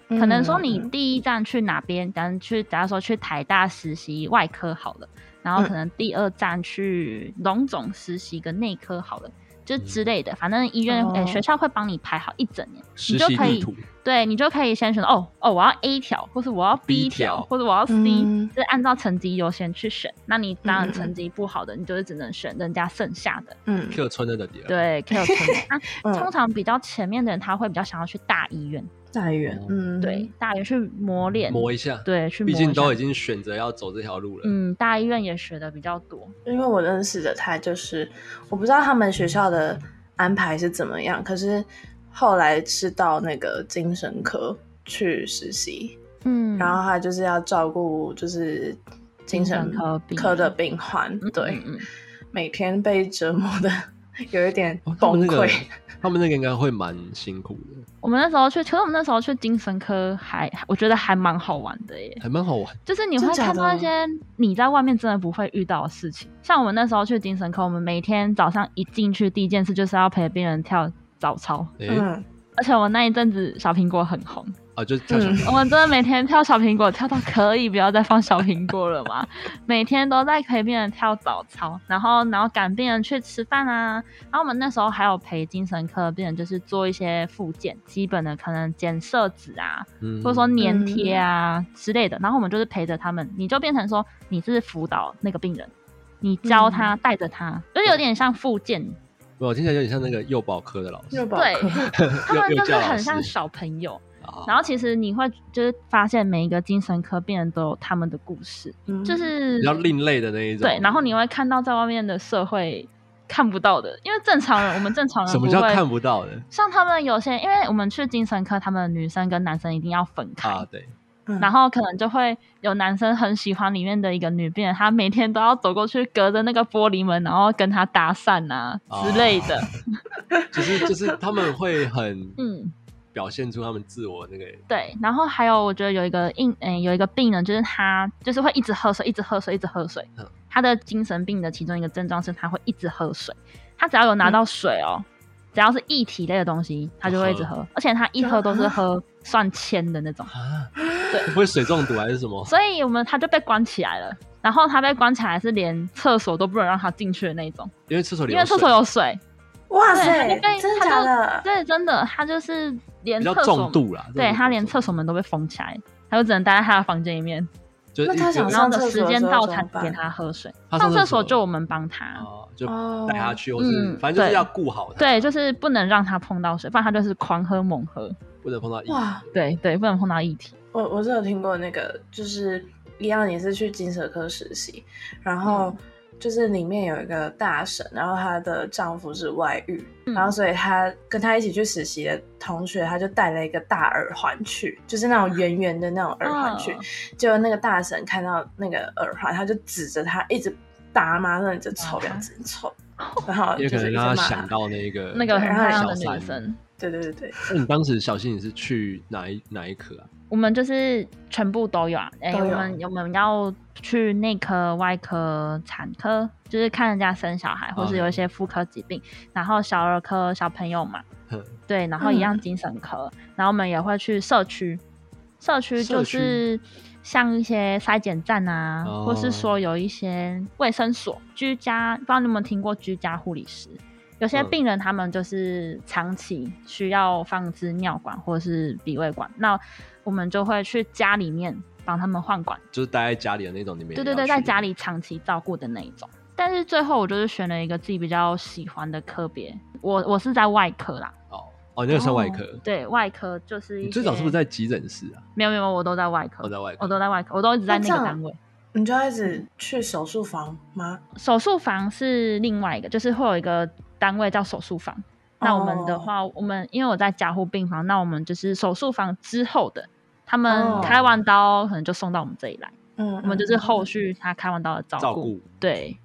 [SPEAKER 1] 可能
[SPEAKER 3] 嗯
[SPEAKER 1] 说你第一站去哪边，咱去，假如说去台大实习外科好了，然
[SPEAKER 3] 嗯
[SPEAKER 1] 后可能第二站去龙总实习个内科好了，就之类的，反正医院
[SPEAKER 3] 哦
[SPEAKER 1] 诶、学校会帮你排好一整年，
[SPEAKER 4] 实
[SPEAKER 1] 你就
[SPEAKER 4] 习
[SPEAKER 1] 可
[SPEAKER 4] 地
[SPEAKER 1] 以
[SPEAKER 4] 图，
[SPEAKER 1] 对你就可以先选哦哦，我要 A 条，或是我要
[SPEAKER 4] B
[SPEAKER 1] B 条，
[SPEAKER 4] 条
[SPEAKER 1] 或者我要 C，、
[SPEAKER 3] 嗯
[SPEAKER 1] 就是按照成绩优先去选。那你当
[SPEAKER 3] 嗯嗯
[SPEAKER 1] 然
[SPEAKER 3] 嗯
[SPEAKER 1] 成绩不好的，你就是只能选人家剩下的，
[SPEAKER 3] 嗯
[SPEAKER 4] 各村的的地，，
[SPEAKER 1] 对 Q 成
[SPEAKER 3] [laughs]
[SPEAKER 1] 绩。那、
[SPEAKER 3] 嗯
[SPEAKER 1] 通常比较前面的人，他会比较想要去大医院，
[SPEAKER 3] 大院嗯
[SPEAKER 1] 对，大医院去磨练，
[SPEAKER 4] 磨一下，，
[SPEAKER 1] 对，去磨
[SPEAKER 4] 毕
[SPEAKER 1] 一
[SPEAKER 4] 竟
[SPEAKER 1] 下
[SPEAKER 4] 都已经选择要走这条路了，
[SPEAKER 1] 嗯，大医院也学的比较多。
[SPEAKER 3] 因为我认识的他就是，我不知道他们学校的安排是怎么样，可是后来是到那个精神科去实习，
[SPEAKER 1] 嗯
[SPEAKER 3] 然后他就是要照顾就是精神
[SPEAKER 1] 精神科病
[SPEAKER 3] 科的病患，对，
[SPEAKER 1] 嗯嗯
[SPEAKER 3] 每天被折磨的 [laughs] 有一点
[SPEAKER 4] 哦他们
[SPEAKER 3] 崩
[SPEAKER 4] 那个
[SPEAKER 3] 溃，， [laughs]
[SPEAKER 4] [laughs] 他们那个应该会蛮辛苦的，
[SPEAKER 1] 我们那时候去，其实我们那时候去精神科还，我觉得还蛮好玩的耶。
[SPEAKER 4] 还蛮好玩。
[SPEAKER 1] 就是你
[SPEAKER 3] 真
[SPEAKER 1] 会
[SPEAKER 3] 假
[SPEAKER 1] 看到
[SPEAKER 3] 的
[SPEAKER 1] 一些你在外面真的不会遇到的事情。像我们那时候去精神科，我们每天早上一进去，第一件事就是要陪病人跳早操，
[SPEAKER 4] 哎、
[SPEAKER 3] 嗯，
[SPEAKER 1] 而且我那一阵子小苹果很红，
[SPEAKER 4] 啊，就是跳小
[SPEAKER 3] 嗯
[SPEAKER 1] 我们真的每天跳小苹果，跳到可以不要再放小苹果了嘛？每天都在陪病人跳早操，然后然后赶病人去吃饭啊。然后我们那时候还有陪精神科病人，就是做一些复健，基本的可能检色纸啊，
[SPEAKER 4] 嗯
[SPEAKER 1] 或者说粘贴啊之类的。然后我们就是陪着他们，你就变成说你是辅导那个病人，你教他带着他，就是有点像复健，
[SPEAKER 4] 我听起来有点像那个幼保科的老师
[SPEAKER 3] 幼，保
[SPEAKER 1] 对
[SPEAKER 3] 科，
[SPEAKER 1] 他们
[SPEAKER 4] 幼幼
[SPEAKER 1] 就是
[SPEAKER 4] 教老
[SPEAKER 1] 很
[SPEAKER 4] 师
[SPEAKER 1] 像小朋友。
[SPEAKER 4] 啊，
[SPEAKER 1] 然后其实你会就是发现每一个精神科病人都有他们的故事，
[SPEAKER 3] 嗯
[SPEAKER 1] 就是
[SPEAKER 4] 比较另类的那一种。
[SPEAKER 1] 对，然后你会看到在外面的社会看不到的，因为正常人我们正常人
[SPEAKER 4] 什么
[SPEAKER 1] 呃不
[SPEAKER 4] 叫
[SPEAKER 1] 会
[SPEAKER 4] 看不到的
[SPEAKER 1] 像他们有些，因为我们去精神科，他们女生跟男生一定要分开，
[SPEAKER 4] 啊？对，
[SPEAKER 3] 嗯
[SPEAKER 1] 然后可能就会有男生很喜欢里面的一个女病人，她每天都要走过去，隔着那个玻璃门，然后跟她搭讪啊
[SPEAKER 4] 哦
[SPEAKER 1] 之类的。
[SPEAKER 4] 就是 [laughs] 就是他们会很
[SPEAKER 1] 嗯，
[SPEAKER 4] 表现出他们自我那个
[SPEAKER 1] 对。然后还有，我觉得有一个印，嗯、有一个病人，就是他就是会一直喝水，一直喝水，一直喝水
[SPEAKER 4] 嗯。
[SPEAKER 1] 他的精神病的其中一个症状是他会一直喝水，他只要
[SPEAKER 4] 嗯
[SPEAKER 1] 有拿到水哦，只要是液体类的东西，他就会
[SPEAKER 4] 哦
[SPEAKER 1] 一直喝，而且他一喝都是喝算铅的那种。
[SPEAKER 4] 啊，对，不会水中毒还是什么？
[SPEAKER 1] 所以我们他就被关起来了。然后他被关起来是连厕所都不能让他进去的那种，
[SPEAKER 4] 因为厕所里
[SPEAKER 1] 因为厕所
[SPEAKER 4] 水
[SPEAKER 1] 有水。
[SPEAKER 3] 哇
[SPEAKER 1] 对
[SPEAKER 3] 塞
[SPEAKER 1] 他就被，
[SPEAKER 3] 真的假
[SPEAKER 1] 他
[SPEAKER 3] 的？
[SPEAKER 1] 对，真的，他就是连
[SPEAKER 4] 比
[SPEAKER 1] 厕
[SPEAKER 4] 较
[SPEAKER 1] 所
[SPEAKER 4] 重度啦，
[SPEAKER 1] 对
[SPEAKER 4] 这种
[SPEAKER 1] 他连
[SPEAKER 4] 重
[SPEAKER 1] 厕
[SPEAKER 4] 度
[SPEAKER 1] 所门都被封起来，他就只能待在他的房间里面，
[SPEAKER 4] 就是
[SPEAKER 3] 那他
[SPEAKER 4] 一
[SPEAKER 3] 想
[SPEAKER 1] 然后
[SPEAKER 3] 上
[SPEAKER 1] 等
[SPEAKER 3] 厕所
[SPEAKER 1] 时
[SPEAKER 3] 的
[SPEAKER 1] 间
[SPEAKER 3] 时候
[SPEAKER 1] 到
[SPEAKER 3] 怎
[SPEAKER 1] 才
[SPEAKER 3] 么办
[SPEAKER 1] 给他喝水。
[SPEAKER 4] 他
[SPEAKER 1] 上
[SPEAKER 4] 上
[SPEAKER 1] 厕
[SPEAKER 4] 厕
[SPEAKER 1] 所
[SPEAKER 4] 所
[SPEAKER 1] 就我们帮他，
[SPEAKER 4] 啊，就
[SPEAKER 3] 哦
[SPEAKER 4] 带他去，或是
[SPEAKER 1] 嗯
[SPEAKER 4] 反正就是
[SPEAKER 1] 对
[SPEAKER 4] 要顾好他，
[SPEAKER 1] 对，就是不能让他碰到水，不然他就是狂喝猛喝。
[SPEAKER 4] 不能碰到异物。
[SPEAKER 3] 哇，
[SPEAKER 1] 对对，不能碰到液体。
[SPEAKER 3] 我我是有听过那个，就是一样也是去精神科实习，然后就是里面有一个大婶，然后她的丈夫是外遇，
[SPEAKER 1] 嗯
[SPEAKER 3] 然后所以她跟她一起去实习的同学，她就带了一个大耳环去，就是那种圆圆的那种耳环去，
[SPEAKER 1] 嗯
[SPEAKER 3] 结果那个大婶看到那个耳环，她就指着她一直打骂，说你这臭婊子，
[SPEAKER 1] [laughs]
[SPEAKER 3] 你臭，然后
[SPEAKER 4] 也
[SPEAKER 3] 就
[SPEAKER 4] 可
[SPEAKER 3] 是
[SPEAKER 4] 能
[SPEAKER 3] 一直
[SPEAKER 4] 让
[SPEAKER 3] 骂
[SPEAKER 4] 他想
[SPEAKER 3] 她。
[SPEAKER 4] 到那个
[SPEAKER 1] 那个很漂亮的
[SPEAKER 4] 小
[SPEAKER 1] 女
[SPEAKER 4] 三
[SPEAKER 1] 生，
[SPEAKER 3] 对对对对，
[SPEAKER 4] 那你当时小新你是去哪一哪一科啊？
[SPEAKER 1] 我们就是全部都有啊，哎、
[SPEAKER 3] 都有
[SPEAKER 1] 我们我们要去内科、外科、产科，就是看人家生小孩，
[SPEAKER 4] 哦
[SPEAKER 1] 或是有一些妇科疾病，然后小儿科小朋友嘛，
[SPEAKER 4] 哼
[SPEAKER 1] 对，然后一样精神科，然后我们也会去社区，社区
[SPEAKER 4] 社
[SPEAKER 1] 就
[SPEAKER 4] 区
[SPEAKER 1] 是像一些筛检站啊，
[SPEAKER 4] 哦
[SPEAKER 1] 或是说有一些卫生所、居家，不知道你有没有听过居家护理师？有些
[SPEAKER 4] 嗯
[SPEAKER 1] 病人他们就是长期需要放置尿管或是鼻胃管，那我们就会去家里面帮他们换管。
[SPEAKER 4] 就是待在家里的那种，你们也
[SPEAKER 1] 对对
[SPEAKER 4] 要
[SPEAKER 1] 对，
[SPEAKER 4] 去
[SPEAKER 1] 在家里长期照顾的那一种。但是最后我就是选了一个自己比较喜欢的科别，我我是在外科啦，
[SPEAKER 4] 哦哦，那个算外科。
[SPEAKER 1] 对外科就是一
[SPEAKER 4] 你最早是不
[SPEAKER 1] 些
[SPEAKER 4] 是在哦急诊室啊？
[SPEAKER 1] 没有没有，我都在外科，
[SPEAKER 4] 我在外
[SPEAKER 1] 我
[SPEAKER 4] 科，
[SPEAKER 1] 都在外科，我都一直在那个
[SPEAKER 3] 那这样
[SPEAKER 1] 单位。
[SPEAKER 3] 你就要一直去手术房吗？
[SPEAKER 1] 手术房是另外一个，就是会有一个单位叫手术房。
[SPEAKER 3] 哦
[SPEAKER 1] 那我们的话，我们因为我在加护病房，那我们就是手术房之后的他们
[SPEAKER 3] 哦
[SPEAKER 1] 开完刀可能就送到我们这里来，
[SPEAKER 3] 嗯，
[SPEAKER 1] 我们就是后续他开完刀的照
[SPEAKER 4] 照
[SPEAKER 1] 顾
[SPEAKER 4] 顾。
[SPEAKER 1] 对，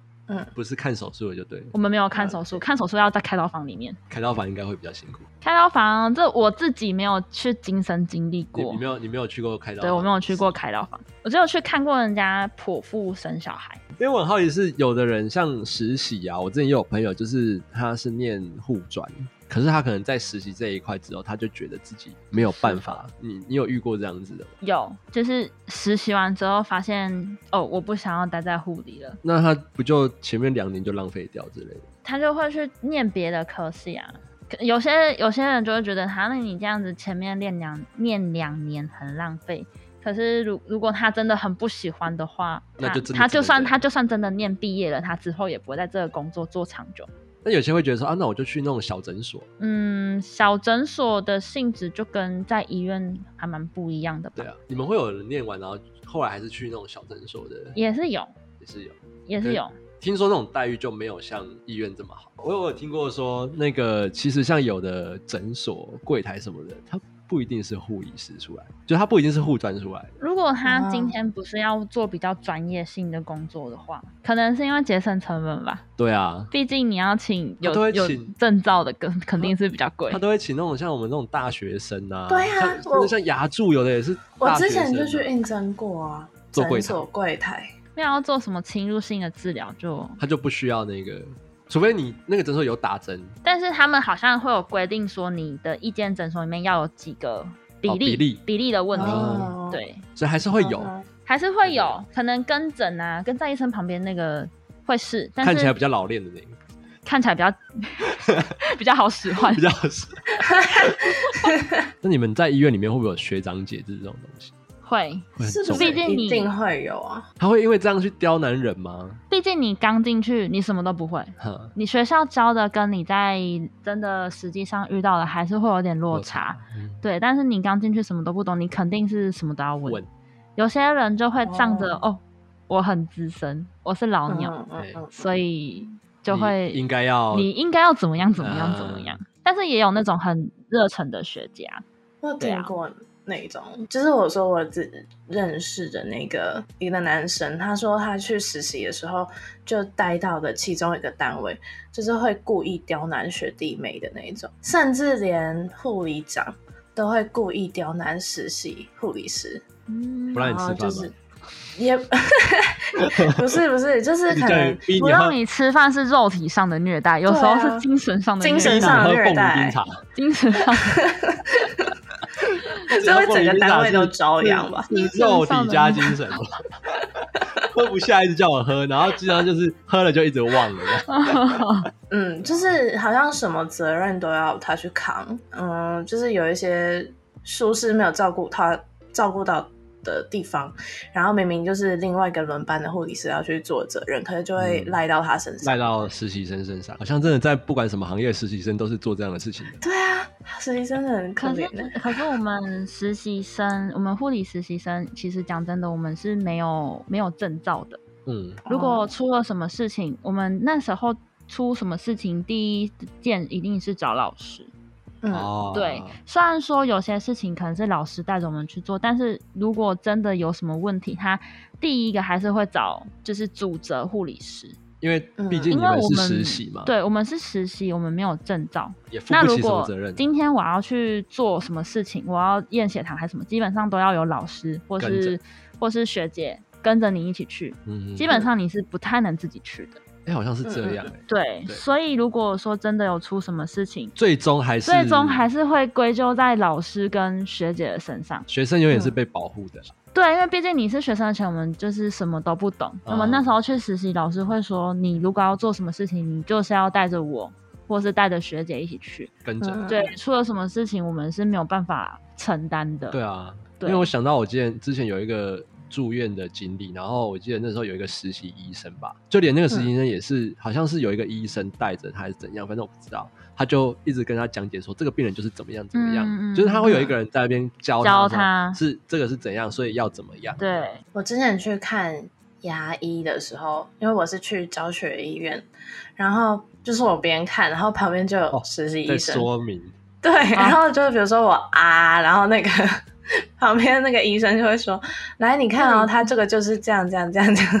[SPEAKER 4] 不是看手术的就对了，
[SPEAKER 1] 我们没有看手术，看手术要在开刀房里面。
[SPEAKER 4] 开刀房应该会比较辛苦。
[SPEAKER 1] 开刀房这我自己没有去亲身经历
[SPEAKER 4] 你
[SPEAKER 1] 过
[SPEAKER 4] 你没，有你没有去过开刀？
[SPEAKER 1] 对我没有去过。开刀房，我只有去看过人家剖腹生小孩。
[SPEAKER 4] 因为我很好奇是有的人像实习啊，我之前也有朋友就是他是念护专，可是他可能在实习这一块之后，他就觉得自己没有办法。你你有遇过这样子的吗？
[SPEAKER 1] 有，就是实习完之后发现，哦，我不想要待在护理了，
[SPEAKER 4] 那他不就前面两年就浪费掉之类的？
[SPEAKER 1] 他就会去念别的科系啊。可有些有些人就会觉得，哈，那你这样子前面练两念两年很浪费。可是如如果他真的很不喜欢的话，
[SPEAKER 4] 那
[SPEAKER 1] 他
[SPEAKER 4] 就真的
[SPEAKER 1] 他
[SPEAKER 4] 只能
[SPEAKER 1] 就算
[SPEAKER 4] 这样
[SPEAKER 1] 他就算真的念毕业了，他之后也不会在这个工作做长久。
[SPEAKER 4] 那有些会觉得说啊，那我就去那种小诊所，
[SPEAKER 1] 嗯，小诊所的性质就跟在医院还蛮不一样的吧？
[SPEAKER 4] 对啊，你们会有人念完然后后来还是去那种小诊所的，
[SPEAKER 1] 也是有，
[SPEAKER 4] 也是有。
[SPEAKER 1] 也
[SPEAKER 4] 可
[SPEAKER 1] 是有。
[SPEAKER 4] 听说那种待遇就没有像医院这么好。我有听过说，那个其实像有的诊所柜台什么的，它不一定是护理师出来，就它不一定是护专出来的。
[SPEAKER 1] 如果他今
[SPEAKER 3] 哦
[SPEAKER 1] 天不是要做比较专业性的工作的话，可能是因为节省成本吧。
[SPEAKER 4] 对啊，
[SPEAKER 1] 毕竟你要请有
[SPEAKER 4] 他都会
[SPEAKER 1] 有
[SPEAKER 4] 请
[SPEAKER 1] 证照的，肯肯定是比较贵
[SPEAKER 4] 他。都会请那种像我们那种大学生啊，
[SPEAKER 3] 对啊
[SPEAKER 4] 像
[SPEAKER 3] 我
[SPEAKER 4] 像牙柱有的也是
[SPEAKER 3] 我
[SPEAKER 4] 大学
[SPEAKER 3] 之
[SPEAKER 4] 生啊
[SPEAKER 3] 前就去应征过啊，
[SPEAKER 4] 做柜台
[SPEAKER 3] 诊所柜台，
[SPEAKER 1] 那要做什么侵入性的治疗就，
[SPEAKER 4] 他就不需要那个，除非你那个诊所有打针，
[SPEAKER 1] 但是他们好像会有规定说，你的一间诊所里面要有几个比例、
[SPEAKER 4] 哦比例
[SPEAKER 1] 的问题，
[SPEAKER 4] 哦
[SPEAKER 1] 对，
[SPEAKER 4] 所以还是会有，
[SPEAKER 3] 嗯
[SPEAKER 1] 还是会有可能跟诊啊，跟在医生旁边那个会是，但是
[SPEAKER 4] 看起来比较老练的 [laughs] 那个，
[SPEAKER 1] 看起来比
[SPEAKER 4] [laughs]
[SPEAKER 1] 较比较好使唤
[SPEAKER 4] 比。较
[SPEAKER 3] [laughs]
[SPEAKER 4] 是。那你们在医院里面会不会有学长姐这种东西？
[SPEAKER 1] 会，
[SPEAKER 4] 会很
[SPEAKER 3] 是不
[SPEAKER 4] 重
[SPEAKER 3] 是
[SPEAKER 1] 毕竟你
[SPEAKER 3] 一定会有啊？
[SPEAKER 4] 他会因为这样去刁难人吗？
[SPEAKER 1] 毕竟你刚进去，你什么都不会，
[SPEAKER 4] 哈，
[SPEAKER 1] 你学校教的跟你在真的实际上遇到的还是会有点落差。
[SPEAKER 4] 嗯
[SPEAKER 1] 对，但是你刚进去什么都不懂，你肯定是什么都要问。
[SPEAKER 4] 问
[SPEAKER 1] 有些人就会仗着
[SPEAKER 3] 哦
[SPEAKER 1] 哦我很资深，我是老鸟，
[SPEAKER 3] 嗯嗯嗯，
[SPEAKER 1] 所以就会
[SPEAKER 4] 你应该要
[SPEAKER 1] 你应该要怎么样怎么样怎么
[SPEAKER 4] 啊
[SPEAKER 1] 样。但是也有那种很热忱的学家，
[SPEAKER 3] 我有
[SPEAKER 1] 对啊
[SPEAKER 3] 听过那种，就是我说我自认识的那个一个男生，他说他去实习的时候就待到的其中一个单位，就是会故意刁难学弟妹的那一种，甚至连护理长都会故意刁难实习护理师，
[SPEAKER 1] 嗯
[SPEAKER 4] 不让你
[SPEAKER 3] 然
[SPEAKER 4] 吃
[SPEAKER 3] 后
[SPEAKER 4] 饭
[SPEAKER 3] 啊就
[SPEAKER 4] 吗？
[SPEAKER 3] 是 [laughs] 也不是不是，就是
[SPEAKER 4] 你
[SPEAKER 3] 可
[SPEAKER 4] 叫你
[SPEAKER 3] 能
[SPEAKER 4] 逼
[SPEAKER 1] 不
[SPEAKER 4] 你喝
[SPEAKER 1] 让你吃饭是肉体上的虐待，有时候
[SPEAKER 3] 对啊
[SPEAKER 1] 是精神上的虐
[SPEAKER 3] 精
[SPEAKER 1] 待
[SPEAKER 3] 神上
[SPEAKER 4] 喝凤
[SPEAKER 3] 的虐
[SPEAKER 4] 梨冰
[SPEAKER 3] 待
[SPEAKER 4] 茶，
[SPEAKER 1] 精神上
[SPEAKER 3] [laughs] 就会整个单位都遭
[SPEAKER 4] [laughs]
[SPEAKER 3] 殃吧。
[SPEAKER 4] 是肉体加精
[SPEAKER 1] [laughs]
[SPEAKER 4] 神吧。喝不下，一直叫我喝，然后经常就是喝了就一直忘
[SPEAKER 1] [laughs]
[SPEAKER 4] 了。
[SPEAKER 1] 啊
[SPEAKER 3] 嗯，就是好像什么责任都要他去扛，嗯，就是有一些疏失没有照顾他照顾到的地方，然后明明就是另外一个轮班的护理师要去做责任，可是就会
[SPEAKER 4] 嗯
[SPEAKER 3] 赖到他身上。
[SPEAKER 4] 赖到实习生身上，好像真的在不管什么行业，实习生都是做这样的事情的。
[SPEAKER 3] 对啊，实习真的很可
[SPEAKER 1] 可是
[SPEAKER 3] 怜的。
[SPEAKER 1] 可是我们实习生，我们护理实习生，其实讲真的，我们是没有没有证照的。
[SPEAKER 4] 嗯，
[SPEAKER 1] 如果出了什么事情，我们那时候出什么事情，第一件一定是找老师。
[SPEAKER 3] 嗯，
[SPEAKER 4] 哦，
[SPEAKER 1] 对，虽然说有些事情可能是老师带着我们去做，但是如果真的有什么问题，他第一个还是会找就是主责护理师，
[SPEAKER 4] 因为
[SPEAKER 3] 嗯
[SPEAKER 4] 毕竟
[SPEAKER 1] 因
[SPEAKER 4] 你
[SPEAKER 1] 为我
[SPEAKER 4] 是
[SPEAKER 1] 们
[SPEAKER 4] 实习嘛，，
[SPEAKER 1] 对我们是实习，我们没有证照，
[SPEAKER 4] 也负
[SPEAKER 1] 那
[SPEAKER 4] 不
[SPEAKER 1] 如
[SPEAKER 4] 起什么
[SPEAKER 1] 果
[SPEAKER 4] 责任。
[SPEAKER 1] 今天我要去做什么事情，我要验血糖还是什么，基本上都要有老师或
[SPEAKER 4] 跟
[SPEAKER 1] 是或是学姐跟着你一起去。
[SPEAKER 4] 嗯，
[SPEAKER 1] 基本上你是不太能自己去的，
[SPEAKER 4] 哎，好像是
[SPEAKER 1] 嗯
[SPEAKER 4] 这样。哎
[SPEAKER 1] 对。
[SPEAKER 4] 对
[SPEAKER 1] 所以如果说真的有出什么事情，
[SPEAKER 4] 最终还是
[SPEAKER 1] 最终还是会归咎在老师跟学姐的身上。
[SPEAKER 4] 学生永远
[SPEAKER 1] 嗯
[SPEAKER 4] 是被保护的啦。
[SPEAKER 1] 对，因为毕竟你是学生的钱，我们就是什么都不懂。我们那时候去实习，老师会说，你如果要做什么事情，你就是要带着我，或是带着学姐一起去。
[SPEAKER 4] 跟着。
[SPEAKER 3] 嗯
[SPEAKER 1] 对，出了什么事情，我们是没有办法承担的。
[SPEAKER 4] 对啊，因
[SPEAKER 1] 对
[SPEAKER 4] 为我想到我之前之前有一个住院的经历，然后我记得那时候有一个实习医生吧，就连那个实
[SPEAKER 1] 嗯
[SPEAKER 4] 习医生也是，好像是有一个医生带着他还是怎样，反正我不知道，他就一直跟他讲解说这个病人就是怎么样怎么样，
[SPEAKER 1] 嗯嗯
[SPEAKER 4] 就是他会有一个人在那边教
[SPEAKER 1] 教
[SPEAKER 4] 说
[SPEAKER 1] 他
[SPEAKER 4] 是这个是怎样，所以要怎么样。
[SPEAKER 1] 对，
[SPEAKER 3] 我之前去看牙医的时候，因为我是去教学医院，然后就是我边看，然后旁边就有实习
[SPEAKER 4] 哦在
[SPEAKER 3] 医生， [laughs]
[SPEAKER 4] 说明，
[SPEAKER 3] 啊对，然后就是比如说我啊，然后那个 [laughs] 旁边那个医生就会说：“来，你看
[SPEAKER 4] 嗯
[SPEAKER 3] 哦，他这个就是这样这样这样这样。 [laughs]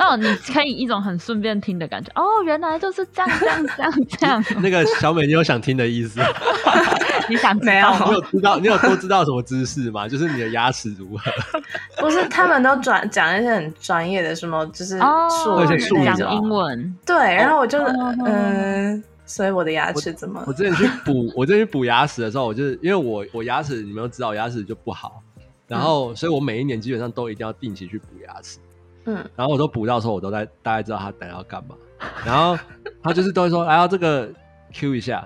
[SPEAKER 1] 哦，你可以一种很顺便听的感觉。哦，原来就是这样这样这样这样。
[SPEAKER 4] 那个小美，你有想听的意
[SPEAKER 1] [laughs]
[SPEAKER 4] 思？
[SPEAKER 1] 你想知
[SPEAKER 3] 没有
[SPEAKER 1] 道吗
[SPEAKER 4] 你有知道你有多知道什么知识吗？就是你的牙齿如何？”
[SPEAKER 3] 不是，他们都转讲一些很专业的什么，就是术
[SPEAKER 1] 哦
[SPEAKER 4] 而且
[SPEAKER 3] 语
[SPEAKER 4] 术语
[SPEAKER 3] 那
[SPEAKER 1] 讲
[SPEAKER 4] 啊
[SPEAKER 3] 种。
[SPEAKER 1] 英文，
[SPEAKER 3] 对，然后我就
[SPEAKER 1] 哦
[SPEAKER 3] 嗯、所以我的牙齿怎么
[SPEAKER 4] 我？之前去补，我之前去补牙齿的时候，我就是因为我我牙齿你们都知道，我牙齿就不好，然后、所以我每一年基本上都一定要定期去补牙齿。
[SPEAKER 3] 嗯，
[SPEAKER 4] 然后我都补到的时候，我都在大概知道他等下要干嘛。然后他就是都会说，来到这个 Q 一下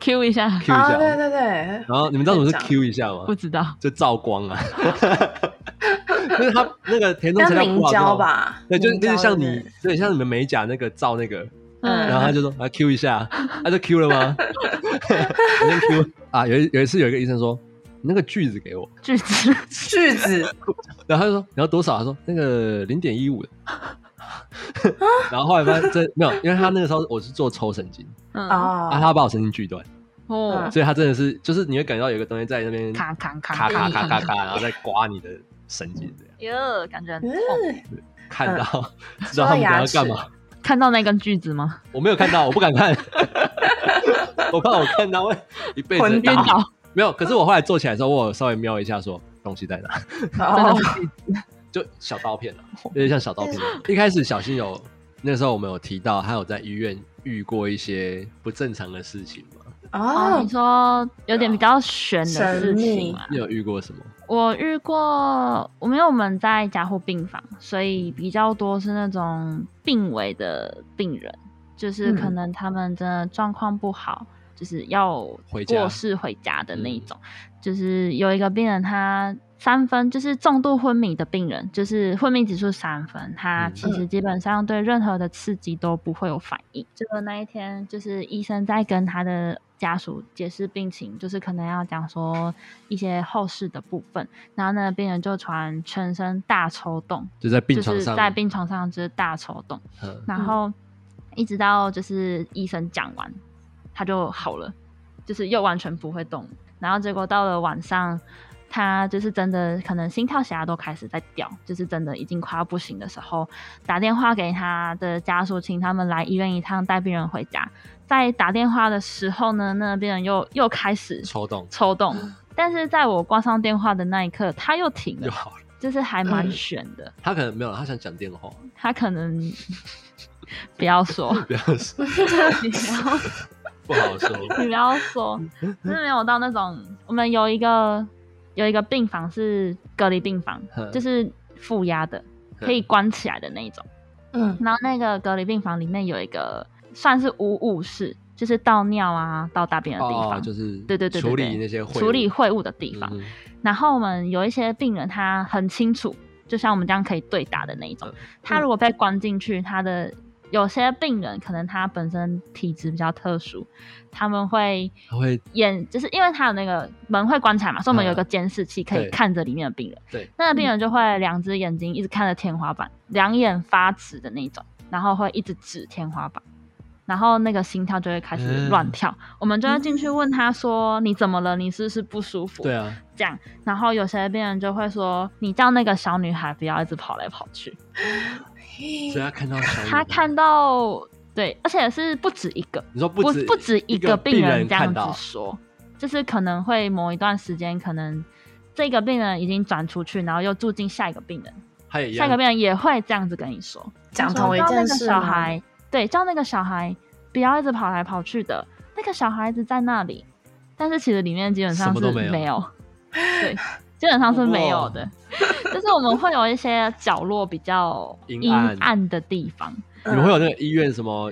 [SPEAKER 1] Q 一下，
[SPEAKER 4] ，Q 一下。哦
[SPEAKER 3] 啊，对对对，
[SPEAKER 4] 然后你们知道什么是
[SPEAKER 3] 这样
[SPEAKER 4] Q 一下吗
[SPEAKER 1] 不？知道。 [laughs]
[SPEAKER 4] 就照光啊， [laughs] 就是他那个填充
[SPEAKER 3] 像
[SPEAKER 4] 材料
[SPEAKER 3] 凝
[SPEAKER 4] 不好之后
[SPEAKER 3] 胶，吧？
[SPEAKER 4] 对，就是
[SPEAKER 3] 凝
[SPEAKER 4] 就是
[SPEAKER 3] 胶
[SPEAKER 4] 像
[SPEAKER 3] 是不
[SPEAKER 4] 你
[SPEAKER 3] 是，
[SPEAKER 4] 对，像你们美甲那个照那个，
[SPEAKER 3] [laughs]
[SPEAKER 4] 然后
[SPEAKER 1] 嗯，
[SPEAKER 4] 他就说来 Q 一下，他、就 Q 了吗？ [laughs] 我先 Q 啊，有一有一次有一个医生说，你那个锯子给我，
[SPEAKER 1] 句子，
[SPEAKER 3] 锯子，
[SPEAKER 4] 然后他就说你要多少？他说那个零点一五。
[SPEAKER 3] 啊
[SPEAKER 4] 然后后来发现真没有，因为他那个时候我是做抽神经，
[SPEAKER 1] 嗯，
[SPEAKER 4] 啊，
[SPEAKER 3] 哦，
[SPEAKER 4] 他把我神经锯断，
[SPEAKER 1] 哦，
[SPEAKER 4] 所以他真的是就是你会感觉到有一个东西在那边
[SPEAKER 1] 咔咔咔
[SPEAKER 4] 咔咔咔咔咔，然后再刮你的神经这样。
[SPEAKER 1] 哟，感觉很痛。
[SPEAKER 3] 嗯，
[SPEAKER 4] 看到、知道
[SPEAKER 3] 说到
[SPEAKER 4] 他们等下
[SPEAKER 3] 牙齿
[SPEAKER 4] 干嘛，
[SPEAKER 1] 看到那根锯子吗？
[SPEAKER 4] 我没有看到，我不敢
[SPEAKER 3] [laughs]
[SPEAKER 4] 看，我怕我看到会一辈子
[SPEAKER 3] 昏
[SPEAKER 1] 晕
[SPEAKER 3] 倒
[SPEAKER 1] 倒，
[SPEAKER 4] 没有，可是我后来做起来的时候，我有稍微瞄一下说东西在哪，
[SPEAKER 1] 真的
[SPEAKER 3] 哦，
[SPEAKER 1] 是锯子。
[SPEAKER 4] 就小刀片
[SPEAKER 1] [laughs]
[SPEAKER 4] 了，有点像小刀片。一开始小新有那时候我们有提到，他有在医院遇过一些不正常的事情吗？
[SPEAKER 1] 哦，
[SPEAKER 3] 哦
[SPEAKER 1] 你，说有点比较悬的事
[SPEAKER 3] 神秘
[SPEAKER 1] 情嘛？
[SPEAKER 4] 你有遇过什么？
[SPEAKER 1] 我遇过，我们因为我们在加护病房，所以比较多是那种病危的病人，就是可
[SPEAKER 3] 嗯
[SPEAKER 1] 能他们真的状况不好，就是要
[SPEAKER 4] 回家嗯
[SPEAKER 1] 过世回家的那一种。就是有一个病人，他三分就是重度昏迷的病人，就是昏迷指数三分，他
[SPEAKER 4] 嗯
[SPEAKER 1] 其实基本上对任何的刺激都不会有反应。结果那一天，就是医生在跟他的家属解释病情，就是可能要讲说一些后事的部分，然后那个病人就传全身大抽动，
[SPEAKER 4] 就在病
[SPEAKER 1] 就
[SPEAKER 4] 床
[SPEAKER 1] 是
[SPEAKER 4] 上，
[SPEAKER 1] 在病床上就是大抽动，
[SPEAKER 4] 嗯，
[SPEAKER 1] 然后一直到就是医生讲完，他就好了，就是又完全不会动。然后结果到了晚上，他就是真的可能心跳、血压都开始在掉，就是真的已经快要不行的时候，打电话给他的家属，请他们来医院一趟，带病人回家。在打电话的时候呢，那个病人又又开始
[SPEAKER 4] 抽动
[SPEAKER 1] 抽动，但是在我挂上电话的那一刻，他又停
[SPEAKER 4] 就
[SPEAKER 1] 了，
[SPEAKER 4] 好了。
[SPEAKER 1] 就是还蛮
[SPEAKER 3] 嗯
[SPEAKER 1] 悬的。
[SPEAKER 4] 他可能没有，他想讲电话，
[SPEAKER 1] 他可能 [laughs] 不要说，
[SPEAKER 4] 不要说，
[SPEAKER 1] [laughs] 你不要
[SPEAKER 4] 不好说。
[SPEAKER 1] 你不要说，就是没有到那种。我们有一个有一个病房是隔离病房
[SPEAKER 4] 嗯，
[SPEAKER 1] 就是负压的，可以关起来的那一种。
[SPEAKER 3] 嗯，
[SPEAKER 1] 然后那个隔离病房里面有一个算是无物室，就是倒尿啊、倒大便的地
[SPEAKER 4] 哦，
[SPEAKER 1] 方，
[SPEAKER 4] 就是嗯
[SPEAKER 1] 对对对对
[SPEAKER 4] 处
[SPEAKER 1] 对
[SPEAKER 4] 理那些
[SPEAKER 1] 处理秽物的地
[SPEAKER 4] 地
[SPEAKER 1] 方。然后我们有一些病人，他很清楚，就像我们这样可以对答的那一种
[SPEAKER 4] 嗯。
[SPEAKER 1] 他如果被关进去，他的有些病人可能他本身体质比较特殊，他们会
[SPEAKER 4] 他会
[SPEAKER 1] 眼就是因为他有那个门会关起来嘛，所以我们有一个监视器可以
[SPEAKER 4] 嗯对
[SPEAKER 1] 看着里面的病人。
[SPEAKER 4] 对，
[SPEAKER 1] 那个病人就会两只眼睛一直看着天花板，两眼发直的那种，然后会一直指天花板。然后那个心跳就会开始乱
[SPEAKER 4] 嗯
[SPEAKER 1] 跳，我们就会进去问他说：“你怎么了？你是不是不舒服？”
[SPEAKER 4] 对啊，
[SPEAKER 1] 这样，然后有些病人就会说，你叫那个小女孩不要一直跑来跑去。
[SPEAKER 4] 所以他看到小女
[SPEAKER 1] 他
[SPEAKER 4] 孩
[SPEAKER 1] 看到，对，而且是不止一个，
[SPEAKER 4] 你说
[SPEAKER 1] 不
[SPEAKER 4] 不止
[SPEAKER 1] 不止一
[SPEAKER 4] 个
[SPEAKER 1] 个病
[SPEAKER 4] 人
[SPEAKER 1] 这样
[SPEAKER 4] 看
[SPEAKER 1] 子
[SPEAKER 4] 到，
[SPEAKER 1] 说，就是可能会某一段时间，可能这个病人已经转出去，然后又住进下一个病人，
[SPEAKER 4] 他也一
[SPEAKER 1] 下
[SPEAKER 4] 样
[SPEAKER 1] 一个病人也会这样子跟你说，
[SPEAKER 3] 讲
[SPEAKER 1] 说
[SPEAKER 3] 同一
[SPEAKER 1] 叫那
[SPEAKER 3] 件
[SPEAKER 1] 个
[SPEAKER 3] 事
[SPEAKER 1] 小
[SPEAKER 3] 吗，
[SPEAKER 1] 孩，对，叫那个小孩不要一直跑来跑去的，那个小孩子在那里，但是其实里面基本上
[SPEAKER 4] 什么
[SPEAKER 1] 是
[SPEAKER 4] 都没有
[SPEAKER 1] 没
[SPEAKER 3] [laughs]
[SPEAKER 1] 有，对，基本上是没有的，就是我们会有一些角落比较
[SPEAKER 4] 阴
[SPEAKER 1] 阴
[SPEAKER 4] 暗
[SPEAKER 1] 暗的地方，
[SPEAKER 3] 嗯
[SPEAKER 4] 你们会有那个医院什么，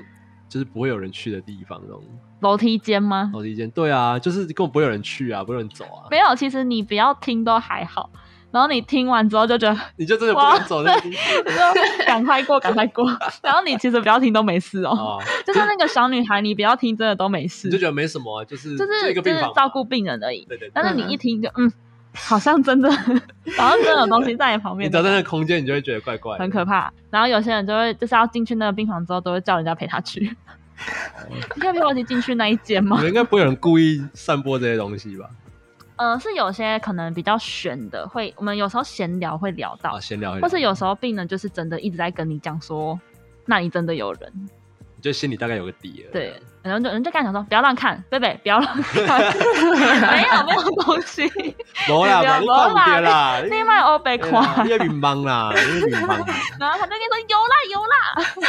[SPEAKER 4] 就是不会有人去的地方那种
[SPEAKER 1] 楼梯间吗？
[SPEAKER 4] 楼梯间。对啊，就是根本不会有人去啊，不会有人走啊，
[SPEAKER 1] 没有，其实你不要听都还好，然后你听完之后就觉得。 [laughs]
[SPEAKER 4] 你就真的不能走那个地
[SPEAKER 1] 就赶快过，赶快过。然后你其实不要听都没事哦，
[SPEAKER 4] 方啊，
[SPEAKER 1] 就算那个小女孩，你不要听，真的都没事
[SPEAKER 4] 你就。觉得没什么啊，就是
[SPEAKER 1] 就
[SPEAKER 4] 就是一
[SPEAKER 1] 就
[SPEAKER 4] 个病
[SPEAKER 1] 是
[SPEAKER 4] 房嘛
[SPEAKER 1] 照顾。病人而已。
[SPEAKER 4] 对对对，
[SPEAKER 1] 但是你一听就嗯，好像真的好像真的有东西在你旁
[SPEAKER 4] 你
[SPEAKER 1] 边
[SPEAKER 4] 只，要在那个空间，你就会觉得怪怪的，
[SPEAKER 1] 很可怕。然后有些人就会就是要进去那个病房之后，都会叫人家陪他去。[laughs]
[SPEAKER 4] 哦
[SPEAKER 1] 你可以陪我一起进去那一间
[SPEAKER 4] 你
[SPEAKER 1] 吗
[SPEAKER 4] 们？应该不会有人故意散播这些东西吧？
[SPEAKER 1] 呃，是有些可能比较悬的，会我们有时候闲聊会聊到，
[SPEAKER 4] 啊，闲聊一下，
[SPEAKER 1] 或是有时候病人就是真的一直在跟你讲说，那你真的有人，
[SPEAKER 4] 你就心里大概有个底了。
[SPEAKER 1] 对，啊然后就人就跟他讲说，不要乱看，贝贝，不要乱 [laughs] 看，没有没有东西， [laughs]
[SPEAKER 4] 没啦，
[SPEAKER 1] 不要
[SPEAKER 4] 没
[SPEAKER 1] 没啦
[SPEAKER 4] 啦，啦，
[SPEAKER 1] 你卖欧北
[SPEAKER 4] 对
[SPEAKER 1] 夸，
[SPEAKER 4] 啦你也别忙啦，你也别忙。
[SPEAKER 1] 然后他就跟你说有啦有啦，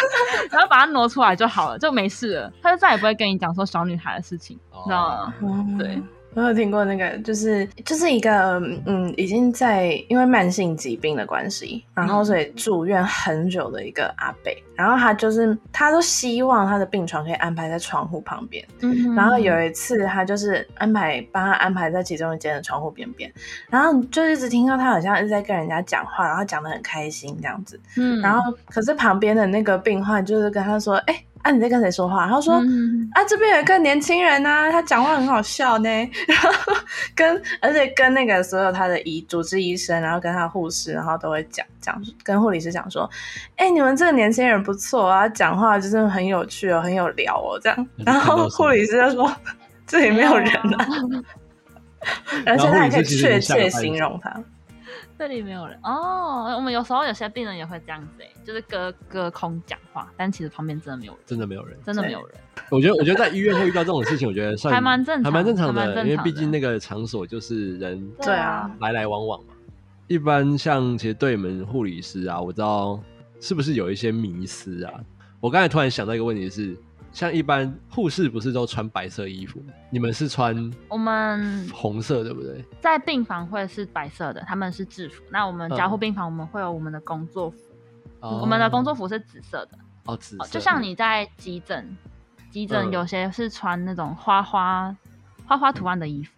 [SPEAKER 1] [laughs] 然后把它挪出来就好了，就没事了，他就再也不会跟你讲说小女孩的事情，
[SPEAKER 4] 哦
[SPEAKER 1] 你知道吗？
[SPEAKER 3] 嗯
[SPEAKER 1] 对。
[SPEAKER 3] 我有听过那个，就是就是一个嗯，已经在因为慢性疾病的关系，然后所以住院很久的一个阿北，然后他就是他都希望他的病床可以安排在窗户旁边，
[SPEAKER 1] 嗯
[SPEAKER 3] 然后有一次他就是安排帮他安排在其中一间的窗户边边，然后就一直听到他好像一直在跟人家讲话，然后讲的很开心这样子，
[SPEAKER 1] 嗯
[SPEAKER 3] 然后可是旁边的那个病患就是跟他说，哎、啊你在跟谁说话？他说。
[SPEAKER 1] 嗯
[SPEAKER 3] 啊，这边有一个年轻人啊，他讲话很好笑呢。 [laughs] 然后跟而且跟那个所有他的医主治医生，然后跟他的护士，然后都会讲讲跟护理师讲说，哎、你们这个年轻人不错啊，讲话就是很有趣哦，很有聊哦这样。然后护理师就说这里没有人啊， [laughs] 而且他还可以确切形容他。
[SPEAKER 1] 这里没有人哦。我们有时候有些病人也会这样子、欸，就是隔隔空讲话，但其实旁边真的没有人，
[SPEAKER 4] 真的没有人，
[SPEAKER 1] 真的没有人。
[SPEAKER 4] 我觉得，我觉得在医院会遇到这种事情，我觉得算
[SPEAKER 1] 还蛮正常
[SPEAKER 4] 还蛮正常
[SPEAKER 1] 还蛮正
[SPEAKER 4] 的，
[SPEAKER 1] 常
[SPEAKER 4] 因
[SPEAKER 1] 的
[SPEAKER 4] 为毕竟那个场所就是人
[SPEAKER 3] 对啊，
[SPEAKER 4] 来来往往嘛。一般像其实对你们护理师啊，我知道是不是有一些迷思啊？我刚才突然想到一个问题是，像一般护士不是都穿白色衣服，你们是穿
[SPEAKER 1] 我们
[SPEAKER 4] 红色对不对？
[SPEAKER 1] 在病房会是白色的，他们是制服。那我们
[SPEAKER 4] 嗯
[SPEAKER 1] 加护病房，我们会有我们的工作服，
[SPEAKER 4] 哦
[SPEAKER 1] 我们的工作服是紫色的，
[SPEAKER 4] 哦紫
[SPEAKER 1] 哦
[SPEAKER 4] 色，
[SPEAKER 1] 就像你在急诊，急诊
[SPEAKER 4] 嗯
[SPEAKER 1] 有些是穿那种花花花花图案的衣服。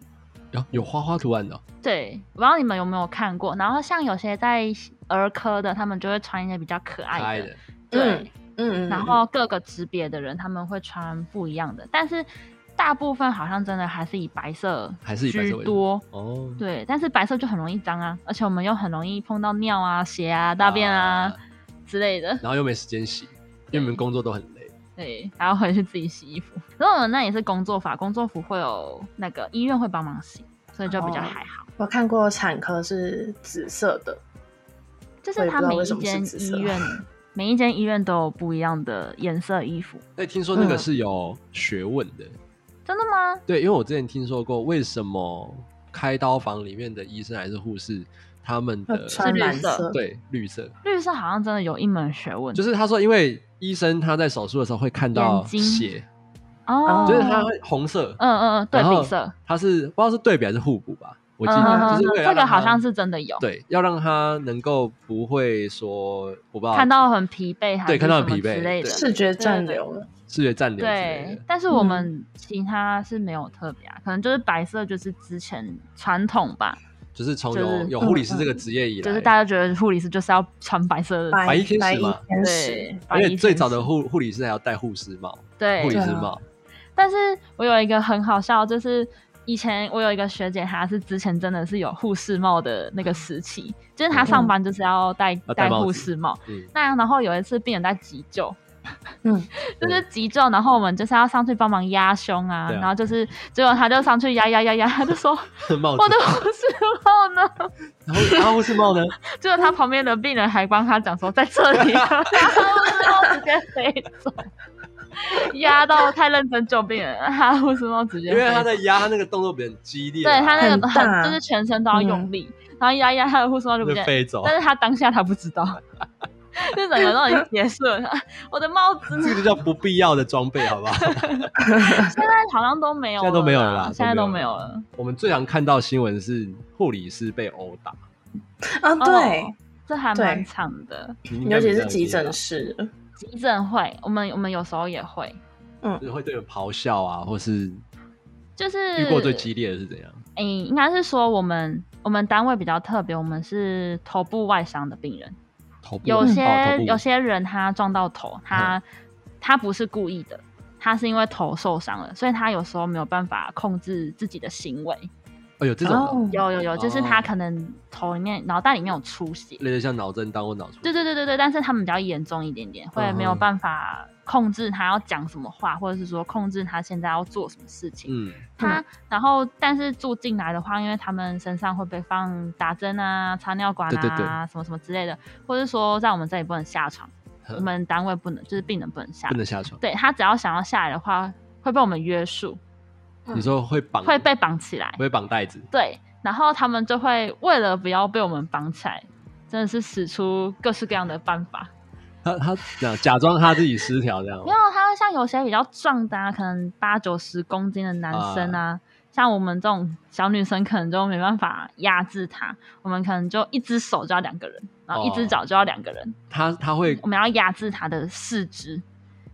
[SPEAKER 4] 有有花花图案的哦
[SPEAKER 1] 对，我不知道你们有没有看过。然后像有些在儿科的，他们就会穿一些比较可
[SPEAKER 4] 可
[SPEAKER 1] 爱
[SPEAKER 4] 爱
[SPEAKER 1] 的，
[SPEAKER 4] 的，
[SPEAKER 1] 对。
[SPEAKER 3] 嗯嗯，嗯
[SPEAKER 1] 然后各个职别的人他们会穿不一样的，但是大部分好像真的还是以白色
[SPEAKER 4] 还是以白色
[SPEAKER 1] 居
[SPEAKER 4] 为
[SPEAKER 1] 多。
[SPEAKER 4] 哦，
[SPEAKER 1] 对，但是白色就很容易脏啊，而且我们又很容易碰到尿啊、血啊、大便啊
[SPEAKER 4] 啊
[SPEAKER 1] [laughs] 之类的。
[SPEAKER 4] 然后又没时间洗，因为你们工作都很累。
[SPEAKER 1] 对，然后回去自己洗衣服。然后我们那也是工作法，工作服会有那个医院会帮忙洗，所以就比较
[SPEAKER 3] 哦
[SPEAKER 1] 还好。
[SPEAKER 3] 我看过产科是紫色的，
[SPEAKER 1] 就是它
[SPEAKER 3] 我也不知道
[SPEAKER 1] 每
[SPEAKER 3] 为
[SPEAKER 1] 一
[SPEAKER 3] 什么是
[SPEAKER 1] 间
[SPEAKER 3] 紫
[SPEAKER 1] 医
[SPEAKER 4] [laughs]
[SPEAKER 3] 色
[SPEAKER 1] 院，每一间医院都有不一样的颜色衣服。
[SPEAKER 4] 哎，听说那个
[SPEAKER 3] 嗯
[SPEAKER 4] 是有学问的，
[SPEAKER 1] 真的吗？
[SPEAKER 4] 对，因为我之前听说过，为什么开刀房里面的医生还是护士，他们
[SPEAKER 3] 要
[SPEAKER 4] 的
[SPEAKER 3] 穿
[SPEAKER 1] 绿
[SPEAKER 3] 蓝
[SPEAKER 1] 色
[SPEAKER 3] 色，
[SPEAKER 4] 对绿色，
[SPEAKER 1] 绿色好像真的有一门学问，
[SPEAKER 4] 就是他说，因为医生他在手术的时候会看到
[SPEAKER 1] 眼睛
[SPEAKER 4] 血，
[SPEAKER 1] 哦，
[SPEAKER 4] 就是他会红色，
[SPEAKER 1] 嗯嗯嗯，对
[SPEAKER 4] 然后
[SPEAKER 1] 比色，
[SPEAKER 4] 他是不知道是对比还是互补吧，我记得、
[SPEAKER 1] 嗯嗯嗯
[SPEAKER 4] 就是为
[SPEAKER 1] 这
[SPEAKER 4] 了让
[SPEAKER 1] 个
[SPEAKER 4] 他
[SPEAKER 1] 好像是真的有，
[SPEAKER 4] 对，要让他能够不会说我不知道
[SPEAKER 1] 看到很疲惫还是
[SPEAKER 4] 对看到很
[SPEAKER 1] 什么
[SPEAKER 4] 疲惫
[SPEAKER 1] 之类的，
[SPEAKER 4] 对
[SPEAKER 3] 视觉暂留了。
[SPEAKER 4] 视觉暂留之类
[SPEAKER 1] 对
[SPEAKER 4] 的，。
[SPEAKER 1] 但是
[SPEAKER 3] 嗯
[SPEAKER 1] 我们其他是没有特别啊，可能就是白色就是之前传统吧，
[SPEAKER 4] 就是从
[SPEAKER 1] 就
[SPEAKER 4] 有
[SPEAKER 1] 是
[SPEAKER 4] 有
[SPEAKER 3] 嗯
[SPEAKER 4] 护理师这个职业以来，
[SPEAKER 1] 就是大家觉得护理师就是要穿白色的，
[SPEAKER 4] 白
[SPEAKER 3] 白
[SPEAKER 4] 衣天使
[SPEAKER 3] 白衣
[SPEAKER 4] 嘛
[SPEAKER 3] 天使
[SPEAKER 1] 对，白
[SPEAKER 4] 而
[SPEAKER 1] 衣
[SPEAKER 4] 且最
[SPEAKER 1] 天
[SPEAKER 4] 早
[SPEAKER 1] 使
[SPEAKER 4] 的护护理师还要戴护士帽、
[SPEAKER 1] 对
[SPEAKER 4] 护理
[SPEAKER 3] 对
[SPEAKER 4] 师
[SPEAKER 3] 啊
[SPEAKER 4] 帽，
[SPEAKER 1] 但是我有一个很好笑，就是以前我有一个学姐，她是之前真的是有护士帽的那个时期，就是她上班就是要戴、
[SPEAKER 4] 嗯要戴
[SPEAKER 1] 戴
[SPEAKER 4] 帽子
[SPEAKER 1] 护士帽。
[SPEAKER 4] 嗯，
[SPEAKER 1] 那然后有一次病人在急救，
[SPEAKER 3] 嗯，
[SPEAKER 1] [laughs] 就是急救，然后我们就是要上去帮忙压胸啊，
[SPEAKER 4] 对啊
[SPEAKER 1] 然后就是结果她就上去压压压压，她就说
[SPEAKER 4] 帽
[SPEAKER 1] [laughs] 我的
[SPEAKER 4] 子，
[SPEAKER 1] 护士帽呢？
[SPEAKER 4] 然后然后护士帽呢？
[SPEAKER 1] 结果她旁边的病人还帮她讲说在这
[SPEAKER 4] [laughs]
[SPEAKER 1] 里啊，然后护士帽直接飞走，压到太认真救病人，她护士帽直接
[SPEAKER 4] 因
[SPEAKER 1] 飞
[SPEAKER 4] 为
[SPEAKER 1] 走。
[SPEAKER 4] 他在压，他那个动作比较激烈啊、
[SPEAKER 1] 对他那个
[SPEAKER 3] 很大
[SPEAKER 1] 很就是全身都要用力，
[SPEAKER 4] 嗯
[SPEAKER 1] 然后压一压他的护士帽就不
[SPEAKER 4] 就
[SPEAKER 1] 见，
[SPEAKER 4] 飞走，
[SPEAKER 1] 但是他当下他不知
[SPEAKER 4] [laughs]
[SPEAKER 1] 道，就整个都已经结束了。我的帽子呢
[SPEAKER 4] 这个就叫不必要的装备，好不好？ [laughs]
[SPEAKER 1] 现在好像都没有了啦，
[SPEAKER 4] 现在都没有了啦
[SPEAKER 1] 现在
[SPEAKER 4] 都
[SPEAKER 1] 都
[SPEAKER 4] 没
[SPEAKER 1] 没
[SPEAKER 4] 有
[SPEAKER 1] 有
[SPEAKER 4] 了
[SPEAKER 1] 了，
[SPEAKER 4] 我们最常看到新闻是护理师被殴打，
[SPEAKER 3] 啊，对，
[SPEAKER 1] 这还
[SPEAKER 3] 对
[SPEAKER 1] 蛮惨的。
[SPEAKER 4] 哦你应该
[SPEAKER 3] 尤其
[SPEAKER 4] 没这
[SPEAKER 3] 是
[SPEAKER 4] 样啊
[SPEAKER 3] 急
[SPEAKER 4] 觉得
[SPEAKER 3] 诊
[SPEAKER 4] 吧，
[SPEAKER 3] 室，
[SPEAKER 1] 急诊会，我们我们有时候也会，
[SPEAKER 4] 就是会对人咆哮啊，或是
[SPEAKER 1] 就是
[SPEAKER 4] 遇过最激烈的是怎样？
[SPEAKER 1] 诶、应该是说我们我们单位比较特别，我们是头部外伤的病人，
[SPEAKER 4] 头部
[SPEAKER 1] 有些、
[SPEAKER 4] 哦头部嗯
[SPEAKER 1] 有些人他撞到头，他、他不是故意的，他是因为头受伤了，所以他有时候没有办法控制自己的行为。
[SPEAKER 4] 哦有这种的，
[SPEAKER 1] 有有有，就是
[SPEAKER 4] 哦
[SPEAKER 1] 他可能头里面、脑袋里面有出血。
[SPEAKER 4] 类似像脑震荡或脑出血，
[SPEAKER 1] 对对对对对，但是他们比较严重一点点，会没有
[SPEAKER 4] 嗯哼
[SPEAKER 1] 办法控制他要讲什么话，或者是说控制他现在要做什么事情。
[SPEAKER 4] 嗯，
[SPEAKER 1] 他然后，但是住进来的话，因为他们身上会被放打针啊、插尿管啊、
[SPEAKER 4] 对对对
[SPEAKER 1] 什么什么之类的，或者说在我们这里不能下床，
[SPEAKER 4] 嗯
[SPEAKER 1] 我们单位不能，就是病人不能下
[SPEAKER 4] 不。能下床。
[SPEAKER 1] 对他只要想要下来的话，会被我们约束，
[SPEAKER 3] 嗯
[SPEAKER 4] 你说会绑，
[SPEAKER 1] 会被绑起来。
[SPEAKER 4] 会绑带子，
[SPEAKER 1] 对，然后他们就会为了不要被我们绑起来，真的是使出各式各样的办法。
[SPEAKER 4] 他他假假装他自己失调这样
[SPEAKER 1] 没，有，啊他像有些比较壮的、啊，可能八九十公斤的男生啊，像我们这种小女生，可能就没办法压制他。我们可能就一只手就要两个人，然后一只
[SPEAKER 4] 哦
[SPEAKER 1] 脚就要两个人，
[SPEAKER 4] 他他会
[SPEAKER 1] 我们要压制他的四肢。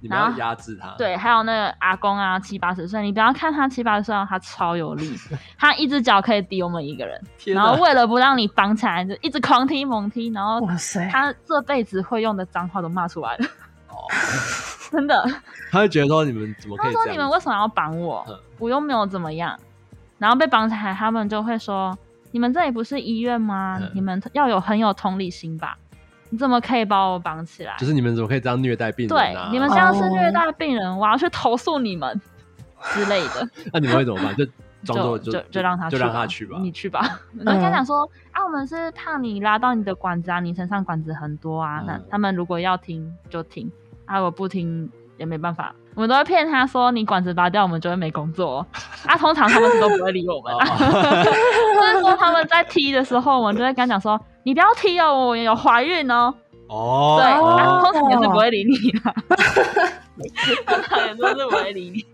[SPEAKER 4] 你们要压制他，，
[SPEAKER 1] 对，还有那个阿公啊，七八十岁，你不要看他七八十岁啊，他超有力，他一只脚可以抵我们一个人。
[SPEAKER 4] 天
[SPEAKER 1] 然
[SPEAKER 4] 哪
[SPEAKER 1] 后，为了不让你绑起来，就一直狂踢猛踢，然后
[SPEAKER 3] 哇塞，
[SPEAKER 1] 他这辈子会用的脏话都骂出来了。 [laughs] 真的，
[SPEAKER 4] 他会觉得说你们怎么可
[SPEAKER 1] 他
[SPEAKER 4] 以
[SPEAKER 1] 说
[SPEAKER 4] 这
[SPEAKER 1] 你们
[SPEAKER 4] 样
[SPEAKER 1] 为
[SPEAKER 4] 子？
[SPEAKER 1] 什么要绑我
[SPEAKER 4] 嗯？
[SPEAKER 1] 我又没有怎么样。然后被绑起来，他们就会说：“你们这里不是医院吗？
[SPEAKER 4] 嗯
[SPEAKER 1] 你们要有很有同理心吧？你怎么可以把我绑起来？”
[SPEAKER 4] 就是你们怎么可以这样虐待病
[SPEAKER 1] 对
[SPEAKER 4] 人啊？，
[SPEAKER 1] 你们这样是
[SPEAKER 3] 哦
[SPEAKER 1] 虐待病人，我要去投诉你们 [laughs] 之类的。
[SPEAKER 4] 那你们会怎么
[SPEAKER 1] [laughs]
[SPEAKER 4] 办？就装作
[SPEAKER 1] 就
[SPEAKER 4] 就
[SPEAKER 1] 就让他
[SPEAKER 4] 就
[SPEAKER 1] 去
[SPEAKER 4] 让
[SPEAKER 1] 吧
[SPEAKER 4] 他去吧。嗯
[SPEAKER 1] 你去吧。 [laughs] 我跟他讲说啊，我们是怕你拉到你的管子啊，你身上管子很多啊，那
[SPEAKER 4] 嗯
[SPEAKER 1] 他们如果要听就听，啊，我不听也没办法。我们都会骗他说你管子拔掉，我们就会没工作哦。啊，通常他们是都不会理我们
[SPEAKER 4] 哦
[SPEAKER 1] 啊， [laughs] 就是说他们在踢的时候，我们就会跟他讲说你不要踢哦，我有怀孕哦。
[SPEAKER 4] 哦，
[SPEAKER 1] 对，啊，
[SPEAKER 4] 哦
[SPEAKER 1] 通常也是不会理你的， [laughs] 通常也都是不会理你。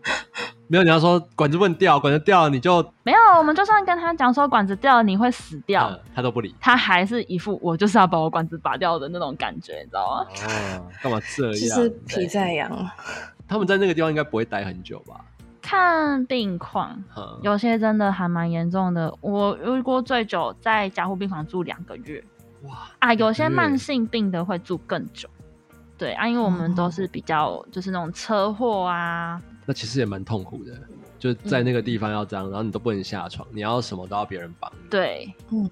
[SPEAKER 4] 没有你要说管子不能掉，管子掉了你就
[SPEAKER 1] 没有，我们就算跟他讲说管子掉了你会死掉，
[SPEAKER 4] 嗯他都不理。
[SPEAKER 1] 他还是一副我就是要把我管子拔掉的那种感觉，你知道吗？
[SPEAKER 4] 哦，干嘛这
[SPEAKER 3] 就
[SPEAKER 4] 样哎
[SPEAKER 3] 是？皮在痒，
[SPEAKER 4] 他们在那个地方应该不会待很久吧？
[SPEAKER 1] 看病况，
[SPEAKER 4] 嗯，
[SPEAKER 1] 有些真的还蛮严重的。我遇过最久在加护病房住两个月
[SPEAKER 4] 哇，
[SPEAKER 1] 啊，有些
[SPEAKER 4] 两个月
[SPEAKER 1] 慢性病的会住更久。对啊，因为我们
[SPEAKER 4] 哦
[SPEAKER 1] 都是比较就是那种车祸啊，
[SPEAKER 4] 那其实也蛮痛苦的，就在那个
[SPEAKER 1] 嗯
[SPEAKER 4] 地方要这样，然后你都不能下床，你要什么都要别人帮你。
[SPEAKER 1] 对，
[SPEAKER 3] 嗯，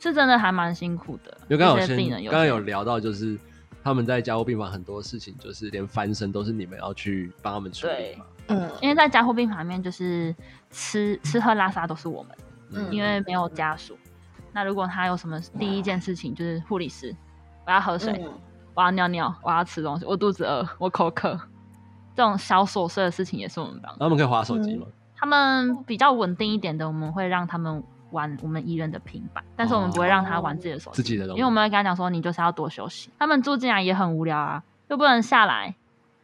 [SPEAKER 1] 是真的还蛮辛苦的。
[SPEAKER 4] 因为刚
[SPEAKER 1] 有
[SPEAKER 4] 刚有
[SPEAKER 1] 些
[SPEAKER 4] 先
[SPEAKER 1] 病人有
[SPEAKER 4] 刚刚
[SPEAKER 1] 些
[SPEAKER 4] 有聊到，就是他们在加护病房很多事情，就是连翻身都是你们要去帮他们处理嘛。
[SPEAKER 3] 嗯
[SPEAKER 1] 因为在加护病房里面，就是吃吃喝拉撒都是我们，
[SPEAKER 3] 嗯
[SPEAKER 1] 因为没有家属。那如果他有什么，第一件事情就是护理师，我要喝水，
[SPEAKER 3] 嗯
[SPEAKER 1] 我要尿尿，我要吃东西，我肚子饿，我口渴，这种小琐碎的事情也是我们帮。
[SPEAKER 4] 然后他们可以划手机嘛？
[SPEAKER 1] 他们比较稳定一点的，我们会让他们玩我们医院的平板，但是我们不会让他玩自己的手
[SPEAKER 4] 哦自
[SPEAKER 1] 机，
[SPEAKER 4] 己的东西，
[SPEAKER 1] 因为我们会跟他讲说，你就是要多休息。他们住进来也很无聊啊，又不能下来，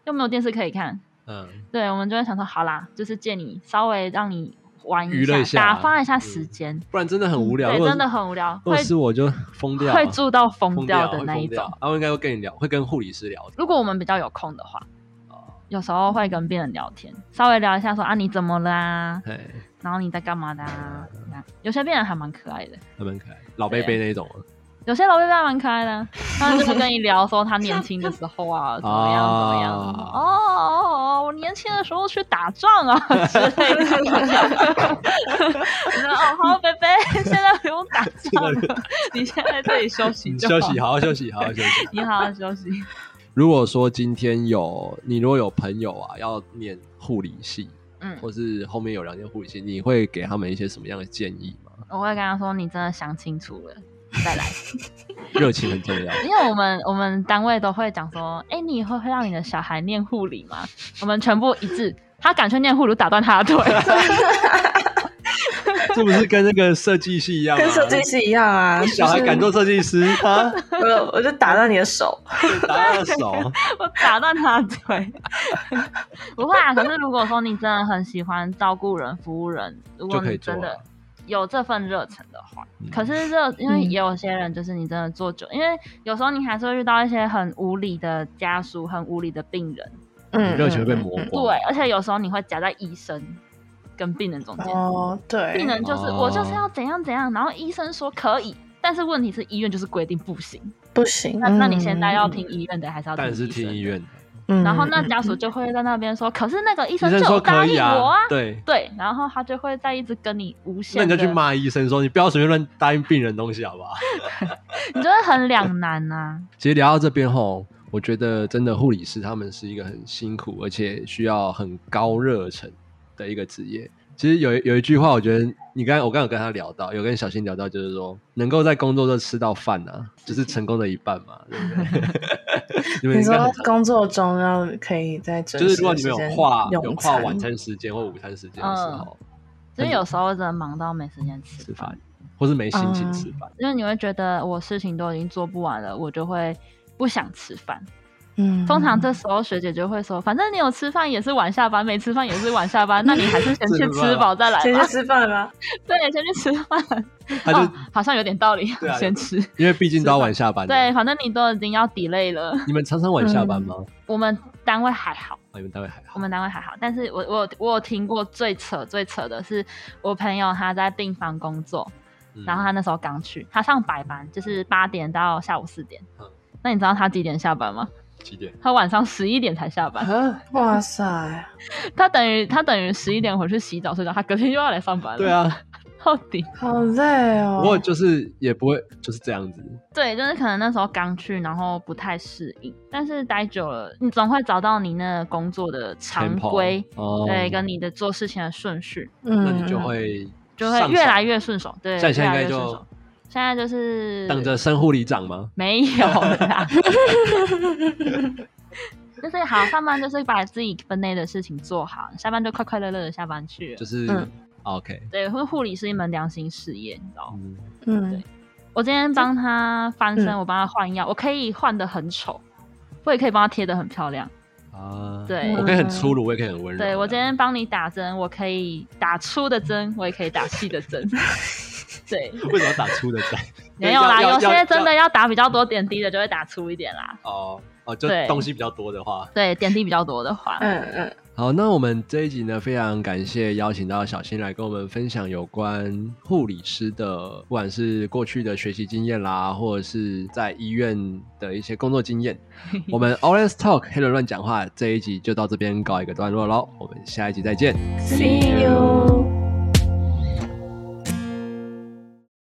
[SPEAKER 1] 又没有电视可以看，
[SPEAKER 4] 嗯，
[SPEAKER 1] 对，我们就会想说，好啦，就是借你稍微让你玩
[SPEAKER 4] 娱乐一下
[SPEAKER 1] 打发一下时间。
[SPEAKER 4] 不然真的很无聊。
[SPEAKER 1] 对，
[SPEAKER 4] 如果
[SPEAKER 1] 真的很无聊，
[SPEAKER 4] 如果
[SPEAKER 1] 会
[SPEAKER 4] 是我就疯掉啊，
[SPEAKER 1] 会住到疯
[SPEAKER 4] 疯
[SPEAKER 1] 掉
[SPEAKER 4] 掉
[SPEAKER 1] 的那一
[SPEAKER 4] 会疯掉啊
[SPEAKER 1] 种。
[SPEAKER 4] 他们应该会跟你聊，会跟护理师聊。
[SPEAKER 1] 如果我们比较有空的话，
[SPEAKER 4] 哦
[SPEAKER 1] 有时候会跟病人聊天，稍微聊一下说啊你怎么啦、
[SPEAKER 4] 哎，
[SPEAKER 1] 然后你在干嘛的、啊？这样有些病人还蛮可爱的，
[SPEAKER 4] 还蛮可爱，老贝贝
[SPEAKER 1] [laughs]
[SPEAKER 4] 那种啊
[SPEAKER 1] 有些老贝贝还蛮可爱的啊，他们就会跟你聊说他年轻的时候
[SPEAKER 4] [laughs]
[SPEAKER 1] 啊怎么样怎么样
[SPEAKER 4] 啊
[SPEAKER 1] 哦哦哦，我年轻的时候去打仗
[SPEAKER 4] [laughs]
[SPEAKER 1] 啊之类的。 [laughs] 你说哦好，贝贝，现在不用打仗
[SPEAKER 4] [laughs]
[SPEAKER 1] 了， [laughs] 你先在这里休息
[SPEAKER 4] 你
[SPEAKER 1] 就
[SPEAKER 4] 嗯休
[SPEAKER 1] 好
[SPEAKER 4] 息，好好休息，好好
[SPEAKER 1] [laughs]
[SPEAKER 4] 休息。
[SPEAKER 1] 你好好休息。
[SPEAKER 4] 如果说今天有你，如果有朋友啊要念护理系，
[SPEAKER 1] 嗯，
[SPEAKER 4] 或是后面有两间护理系，你会给他们一些什么样的建议吗？
[SPEAKER 1] 我会跟他说你真的想清楚了再来。
[SPEAKER 4] 热情很重要。
[SPEAKER 1] 因为我们我们单位都会讲说，哎、你以后会让你的小孩念护理吗？我们全部一致，他敢去念护理，打断他的腿。 [laughs]
[SPEAKER 4] 这不是跟那个设计系一样吗？
[SPEAKER 3] 跟设计师一样啊，
[SPEAKER 4] 嗯小孩敢做设计师
[SPEAKER 1] [laughs]
[SPEAKER 4] 啊，
[SPEAKER 3] 就是 [laughs] 我我就打到你的手，
[SPEAKER 4] 打他的手，
[SPEAKER 1] 我打断他的腿。 [laughs] 不会啊，可是如果说你真的很喜欢照顾人、服务人，如果
[SPEAKER 4] 就可
[SPEAKER 1] 你
[SPEAKER 4] 以做
[SPEAKER 1] 真
[SPEAKER 4] 啊
[SPEAKER 1] 的有这份热忱的话，
[SPEAKER 4] 嗯
[SPEAKER 1] 可是热，因为
[SPEAKER 3] 嗯
[SPEAKER 1] 也有些人就是你真的做久，因为有时候你还是会遇到一些很无理的家属、很无理的病人，
[SPEAKER 4] 你
[SPEAKER 3] 嗯，
[SPEAKER 4] 热情会被
[SPEAKER 3] 嗯
[SPEAKER 4] 磨光。
[SPEAKER 1] 对，而且有时候你会夹在医生跟病人中间。
[SPEAKER 3] 哦，对，
[SPEAKER 1] 病人就是、
[SPEAKER 4] 哦
[SPEAKER 1] 我就是要怎样怎样，然后医生说可以，但是问题是医院就是规定不行。
[SPEAKER 3] 不行，
[SPEAKER 1] 那那你现在要
[SPEAKER 3] 嗯
[SPEAKER 1] 听医院的还是要听
[SPEAKER 4] 但是
[SPEAKER 1] 医生
[SPEAKER 4] 听
[SPEAKER 1] 的
[SPEAKER 4] 医院，
[SPEAKER 3] 嗯
[SPEAKER 1] 然后那
[SPEAKER 3] 嗯
[SPEAKER 1] 家属就会在那边说，可是那个医
[SPEAKER 4] 医
[SPEAKER 1] 生就
[SPEAKER 4] 生
[SPEAKER 1] 有
[SPEAKER 4] 说
[SPEAKER 1] 答
[SPEAKER 4] 可以
[SPEAKER 1] 应我
[SPEAKER 4] 啊，对。
[SPEAKER 1] 对，然后他就会再一直跟你无
[SPEAKER 4] 那
[SPEAKER 1] 限
[SPEAKER 4] 你
[SPEAKER 1] 的，
[SPEAKER 4] 就去骂医生说，你不要随便乱 [laughs] 答应病人东西，好不好？
[SPEAKER 1] 你就会很两难呐、
[SPEAKER 4] [laughs] 其实聊到这边吼，我我觉得真的护理师他们是一个很辛苦，而且需要很高热忱的一个职业。其实有一有一句话，我觉得你刚才我刚有跟他聊到，有跟小新聊到，就是说能够在工作中吃到饭啊，就是成功的一半嘛，对 [laughs] 不对？你们
[SPEAKER 3] 你
[SPEAKER 4] 应该
[SPEAKER 3] 说
[SPEAKER 4] 很常
[SPEAKER 3] 工作中要可以在准
[SPEAKER 4] 就是
[SPEAKER 3] 时
[SPEAKER 4] 如果
[SPEAKER 3] 的
[SPEAKER 4] 你
[SPEAKER 3] 时
[SPEAKER 4] 们
[SPEAKER 3] 间
[SPEAKER 4] 有跨有
[SPEAKER 3] 用
[SPEAKER 4] 跨
[SPEAKER 3] 餐嗯
[SPEAKER 4] 晚餐时间或午餐时间的时候、
[SPEAKER 1] 所以有时候真的忙到没时间吃
[SPEAKER 4] 吃
[SPEAKER 1] 饭，
[SPEAKER 4] 饭，或是没心情
[SPEAKER 3] 嗯
[SPEAKER 4] 吃饭，
[SPEAKER 1] 因为你会觉得我事情都已经做不完了，我就会不想吃饭。
[SPEAKER 3] 嗯，
[SPEAKER 1] 通常这时候学姐就会说，反正你有吃饭也是晚下班，没吃饭也是晚下班，那你还是
[SPEAKER 4] [laughs]
[SPEAKER 1] 先去吃饱再来
[SPEAKER 3] 先去
[SPEAKER 1] 吧。
[SPEAKER 3] 吃饭吧。
[SPEAKER 1] [laughs] 对，先去吃饭。
[SPEAKER 4] [laughs] 他就、
[SPEAKER 1] 哦，好像有点道理，
[SPEAKER 4] 对啊
[SPEAKER 1] 先吃。
[SPEAKER 4] 因为毕竟都要晚下班。
[SPEAKER 1] 对，，反嗯正你都已经要 delay 了。
[SPEAKER 4] 你们常常晚下班吗？哦
[SPEAKER 1] 我们单位还好，
[SPEAKER 4] 啊，你们单位还好
[SPEAKER 1] 我。们单位还好，但是我我有我有听过最扯最扯的是，我朋友他在病房工作，
[SPEAKER 4] 嗯
[SPEAKER 1] 然后他那时候刚去，他上白班，就是八点到下午四点。
[SPEAKER 4] 嗯
[SPEAKER 1] 那你知道他几点下班吗？
[SPEAKER 4] 几
[SPEAKER 1] [laughs]
[SPEAKER 4] 点？
[SPEAKER 1] 他晚上十一点才下
[SPEAKER 4] [laughs]
[SPEAKER 1] 班，
[SPEAKER 4] 啊，
[SPEAKER 3] 哇塞，
[SPEAKER 1] 他等于他等于十一点回去洗澡睡觉，他隔天又要来上班了。
[SPEAKER 4] 对，啊，
[SPEAKER 1] 到底
[SPEAKER 3] 好累哦。
[SPEAKER 4] 不过就是也不会就是这样子，
[SPEAKER 1] 对，就是可能那时候刚去，然后不太适应，但是待久了，你总会找到你那个工作的常
[SPEAKER 4] tempo
[SPEAKER 1] 规，
[SPEAKER 4] 哦，
[SPEAKER 1] 对，跟你的做事情的顺序，
[SPEAKER 3] 嗯，
[SPEAKER 4] 那你就会
[SPEAKER 1] 就会
[SPEAKER 4] 上手
[SPEAKER 1] 越来越顺手。对，
[SPEAKER 4] 像
[SPEAKER 1] 越
[SPEAKER 4] 你现在
[SPEAKER 1] 来越
[SPEAKER 4] 应该
[SPEAKER 1] 顺
[SPEAKER 4] 就
[SPEAKER 1] 手。现在就是
[SPEAKER 4] 当着生护理长吗？
[SPEAKER 1] 没有啦， [laughs] 就是好上班就是把自己分内的事情做好，下班就快快乐乐的下班去了。
[SPEAKER 4] 就是、啊
[SPEAKER 3] 嗯
[SPEAKER 4] OK，
[SPEAKER 1] 对，护护理是一门良心事业，你知道吗？
[SPEAKER 4] 嗯，
[SPEAKER 3] 嗯，
[SPEAKER 1] 我今天帮他翻身，
[SPEAKER 3] 嗯
[SPEAKER 1] 我帮他换药，我可以换的很丑，我也可以帮他贴的很漂亮。
[SPEAKER 4] 啊，
[SPEAKER 1] 对
[SPEAKER 4] 我可以很粗鲁，我也可以很温柔。
[SPEAKER 1] 对我今天帮你打针，我可以打粗的针，我也可以打细的
[SPEAKER 4] [laughs]
[SPEAKER 1] 针。对，
[SPEAKER 4] 为什么打粗的 [laughs] 在？
[SPEAKER 1] 没有啦，
[SPEAKER 4] 要
[SPEAKER 1] 有
[SPEAKER 4] 要
[SPEAKER 1] 些真的
[SPEAKER 4] 要
[SPEAKER 1] 要打比较多点滴的，就会打粗一点啦。
[SPEAKER 4] 哦哦，就
[SPEAKER 1] 对
[SPEAKER 4] 东西比较多的话。
[SPEAKER 1] 对，点滴比较多的话，
[SPEAKER 3] 嗯嗯，
[SPEAKER 4] 好，那我们这一集呢，非常感谢邀请到小新来跟我们分享有关护理师的，不管是过去的学习经验啦，或者是在医院的一些工作经验。我们 Orange Talk 黑人乱讲话这一集就到这边告一个段落喽，我们下一集再见。
[SPEAKER 3] See you